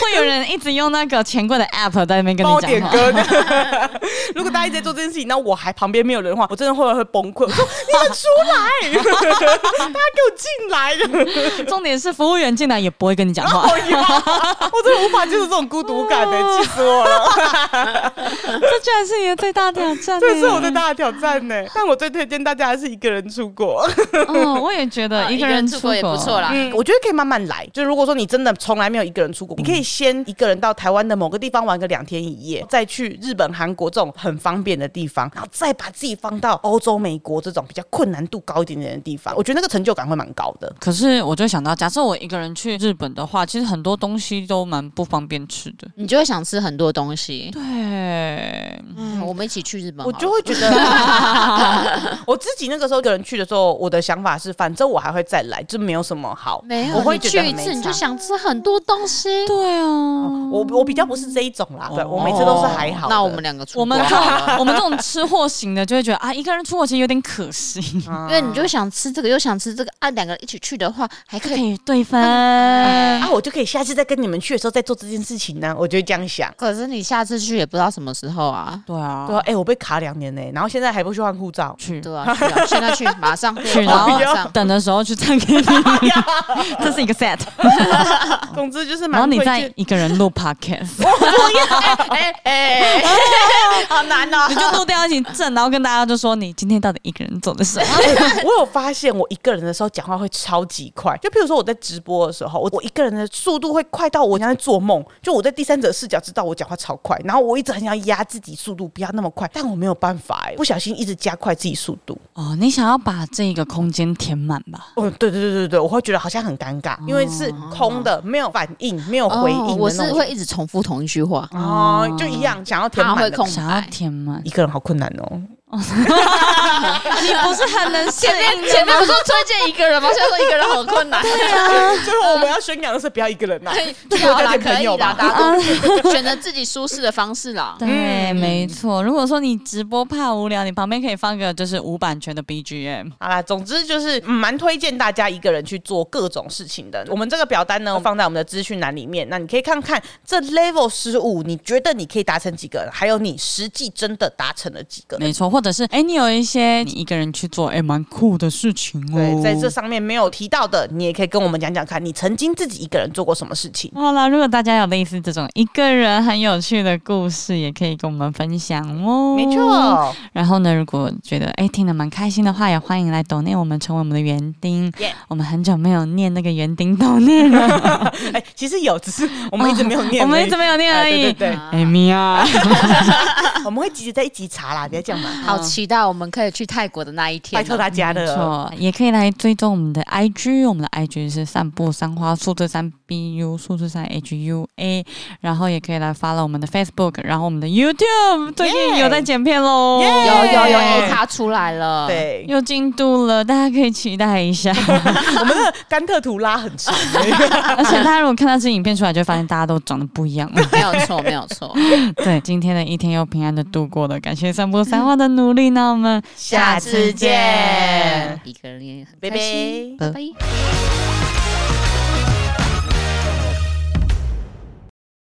[SPEAKER 1] 会有人一直用那个钱柜的 app 在那边跟
[SPEAKER 3] 帮
[SPEAKER 1] 你
[SPEAKER 3] 我点
[SPEAKER 1] 讲话。
[SPEAKER 3] 歌。 如果大家一直在做这件事情，那我还旁边没有人的话，我真的会会崩溃。我说你们出来，大家给我进来了！
[SPEAKER 1] 重点是服务员进来也不会跟你讲 话，
[SPEAKER 3] 哦我真的无法接受这种孤独感呢、气死我了！
[SPEAKER 1] 这居然是你的最大挑战、欸。
[SPEAKER 3] 这是我最大的挑战呢、但我最推荐大家还是一个人出国。
[SPEAKER 1] 嗯，我也觉得
[SPEAKER 2] 啊
[SPEAKER 1] 一
[SPEAKER 2] 一
[SPEAKER 1] 个
[SPEAKER 2] 个
[SPEAKER 1] 人
[SPEAKER 2] 人
[SPEAKER 1] 出
[SPEAKER 2] 出国也不错啦
[SPEAKER 3] 嗯，我觉得可以慢慢来，就所以如果说你真的从来没有一个人出
[SPEAKER 2] 嗯
[SPEAKER 3] 国，你可以先一个人到台湾的某个地方玩个两天一夜，再去日本、韩国这种很方便的地方，然后再把自己放到欧洲、美国这种比较困难度高一点点的地方，我觉得那个成就感会蛮高的。
[SPEAKER 1] 可是我就想到，假设我一个人去日本的话，其实很多东西都蛮不方便吃 的。
[SPEAKER 2] 你就会想吃很多东西。
[SPEAKER 1] 对，啊
[SPEAKER 2] 嗯，我们一起去日本好
[SPEAKER 3] 我
[SPEAKER 2] 了，
[SPEAKER 3] 就会觉得，我自己那个时候一个人去的时候，我的想法是，反正我还会再来，就没有什么好。
[SPEAKER 2] 没有，
[SPEAKER 3] 我会
[SPEAKER 2] 你
[SPEAKER 3] 觉
[SPEAKER 2] 去
[SPEAKER 3] 得
[SPEAKER 2] 一
[SPEAKER 3] 没
[SPEAKER 2] 次你就
[SPEAKER 3] 差
[SPEAKER 2] 想吃很多东西。
[SPEAKER 1] 对啊，
[SPEAKER 3] 我我比较不是这一种啦，对我
[SPEAKER 1] 哦
[SPEAKER 3] 每次都是还好的。
[SPEAKER 2] 那我们两个出
[SPEAKER 1] 我们
[SPEAKER 2] 国
[SPEAKER 1] 这
[SPEAKER 2] 好了
[SPEAKER 1] 种我们这种吃货型的就会觉得啊，一个人出国其实有点可惜，
[SPEAKER 3] 嗯
[SPEAKER 2] 因为你就想吃这个又想吃这个，啊，两个人一起去的话还可
[SPEAKER 1] 可
[SPEAKER 2] 以。
[SPEAKER 1] 以 对 分。
[SPEAKER 3] 啊，我就可以下次再跟你们去的时候再做这件事情呢，我就会这样想。
[SPEAKER 2] 可是你下次去也不知道什么时候啊。
[SPEAKER 1] 对啊，，
[SPEAKER 3] 对啊，哎、我被卡两年呢、然后现在还不去换护照
[SPEAKER 1] 去
[SPEAKER 2] 对啊，去啊，现在去，马上
[SPEAKER 1] 去，
[SPEAKER 2] 去，
[SPEAKER 1] 然
[SPEAKER 2] 马
[SPEAKER 1] 后
[SPEAKER 2] 上。
[SPEAKER 1] 等的时候去唱 给你， 这是一个 set。
[SPEAKER 3] 总之就是
[SPEAKER 1] 然后
[SPEAKER 3] 蛮
[SPEAKER 1] 你
[SPEAKER 3] 推
[SPEAKER 1] 再
[SPEAKER 3] 荐。
[SPEAKER 1] 一个人录 podcast，
[SPEAKER 2] 哎哎，好难哦
[SPEAKER 1] 你就录掉一起正，然后跟大家就说你今天到底一个人做的什么。
[SPEAKER 3] 哎我有发现，我一个人的时候讲话会超级快。就譬如说我在直播的时候，我我一个人的速度会快到我像在做梦。就我在第三者视角知道我讲话超快，然后我一直很想压自己速度不要那么快，但我没有办法哎、不小心一直加快自己速度。
[SPEAKER 1] 哦，你想要把这个空间填满吧？
[SPEAKER 3] 哦，对对对对对，我会觉得好像很尴尬，因为是空的，没有反应，没有回应的那种。
[SPEAKER 2] 哦我是会一直重复同一句话。
[SPEAKER 3] 哦，就一样，想要填
[SPEAKER 2] 他
[SPEAKER 3] 满
[SPEAKER 2] 会
[SPEAKER 3] 的
[SPEAKER 2] 控
[SPEAKER 1] 想要填满，
[SPEAKER 3] 一个人好困难哦。
[SPEAKER 1] 你不是很能适应的
[SPEAKER 2] 前面不是说推荐一个人吗？现在说一个人好困难。
[SPEAKER 1] 啊
[SPEAKER 3] 最后我们要宣扬的是不要一个人呐、
[SPEAKER 1] 嗯
[SPEAKER 2] 最好啦，
[SPEAKER 3] 交点
[SPEAKER 2] 可
[SPEAKER 3] 朋
[SPEAKER 2] 以
[SPEAKER 3] 友吧
[SPEAKER 2] 啦，大家都选择自己舒适的方式啦。
[SPEAKER 1] 对，没错。如果说你直播怕无聊，你旁边可以放个就是无版权的 BGM。
[SPEAKER 3] 好啦，总之就是嗯蛮、推荐大家一个人去做各种事情的。我们这个表单
[SPEAKER 1] 嗯
[SPEAKER 3] 呢，放在我们的资讯栏里面，那你可以看看这 level 十五，你觉得你可以达成几个，还有你实际真的达成了几个。
[SPEAKER 1] 没错，或者是哎、诶你有一些你一个人去做哎，诶蛮、酷的事情哦。
[SPEAKER 3] 对，在这上面没有提到的，你也可以跟我们讲讲看，你曾经自己一个人做过什么事情。
[SPEAKER 1] 好啦，如果大家有类似这种一个人很有趣的故事，也可以跟我们分享哦。
[SPEAKER 3] 没。错，
[SPEAKER 1] 然后呢，如果觉得哎听得蛮开心的话，也欢迎来抖内我们成为我们的园丁。
[SPEAKER 3] Yeah
[SPEAKER 1] 我们很久没有念那个园丁抖内 了，
[SPEAKER 3] 哎、其实有，只是我们一直没有念
[SPEAKER 1] 我
[SPEAKER 3] 而已、
[SPEAKER 1] 们一直没有念而
[SPEAKER 3] 哎
[SPEAKER 1] 已。
[SPEAKER 3] 对对
[SPEAKER 2] 啊
[SPEAKER 1] 哎咪呀，
[SPEAKER 3] 对，我们会集结在一起查啦，不要这 样嘛，
[SPEAKER 2] 好期待我们可以去泰国的那一天
[SPEAKER 3] 拜
[SPEAKER 2] 哦。
[SPEAKER 3] 托大家
[SPEAKER 1] 没
[SPEAKER 3] 了。
[SPEAKER 1] 错，也可以来追踪我们的 IG，我们的 IG 是散步三花数字三 BU 数字三 HUA，然后也可以来 follow 我们的 Facebook，然后我们的 YouTube 最近
[SPEAKER 3] Yeah
[SPEAKER 1] 有在剪片喽。
[SPEAKER 3] Yeah
[SPEAKER 2] 有有有
[SPEAKER 3] 哎
[SPEAKER 2] A 卡出来了，，
[SPEAKER 3] 对，
[SPEAKER 1] 有进度了，大家可以期待一 下。
[SPEAKER 3] 我们的甘特图拉很长，
[SPEAKER 1] 而且大家如果看到这影片出来，就会发现大家都长得不一样了。
[SPEAKER 2] 没有错，没有错。
[SPEAKER 1] 对，今天的一天又平安的度过了，感谢三波三花的努力，那我们
[SPEAKER 3] 下次见，
[SPEAKER 2] 一个人也很
[SPEAKER 3] 拜
[SPEAKER 2] 开心，
[SPEAKER 3] 拜。
[SPEAKER 2] 拜拜。
[SPEAKER 3] 拜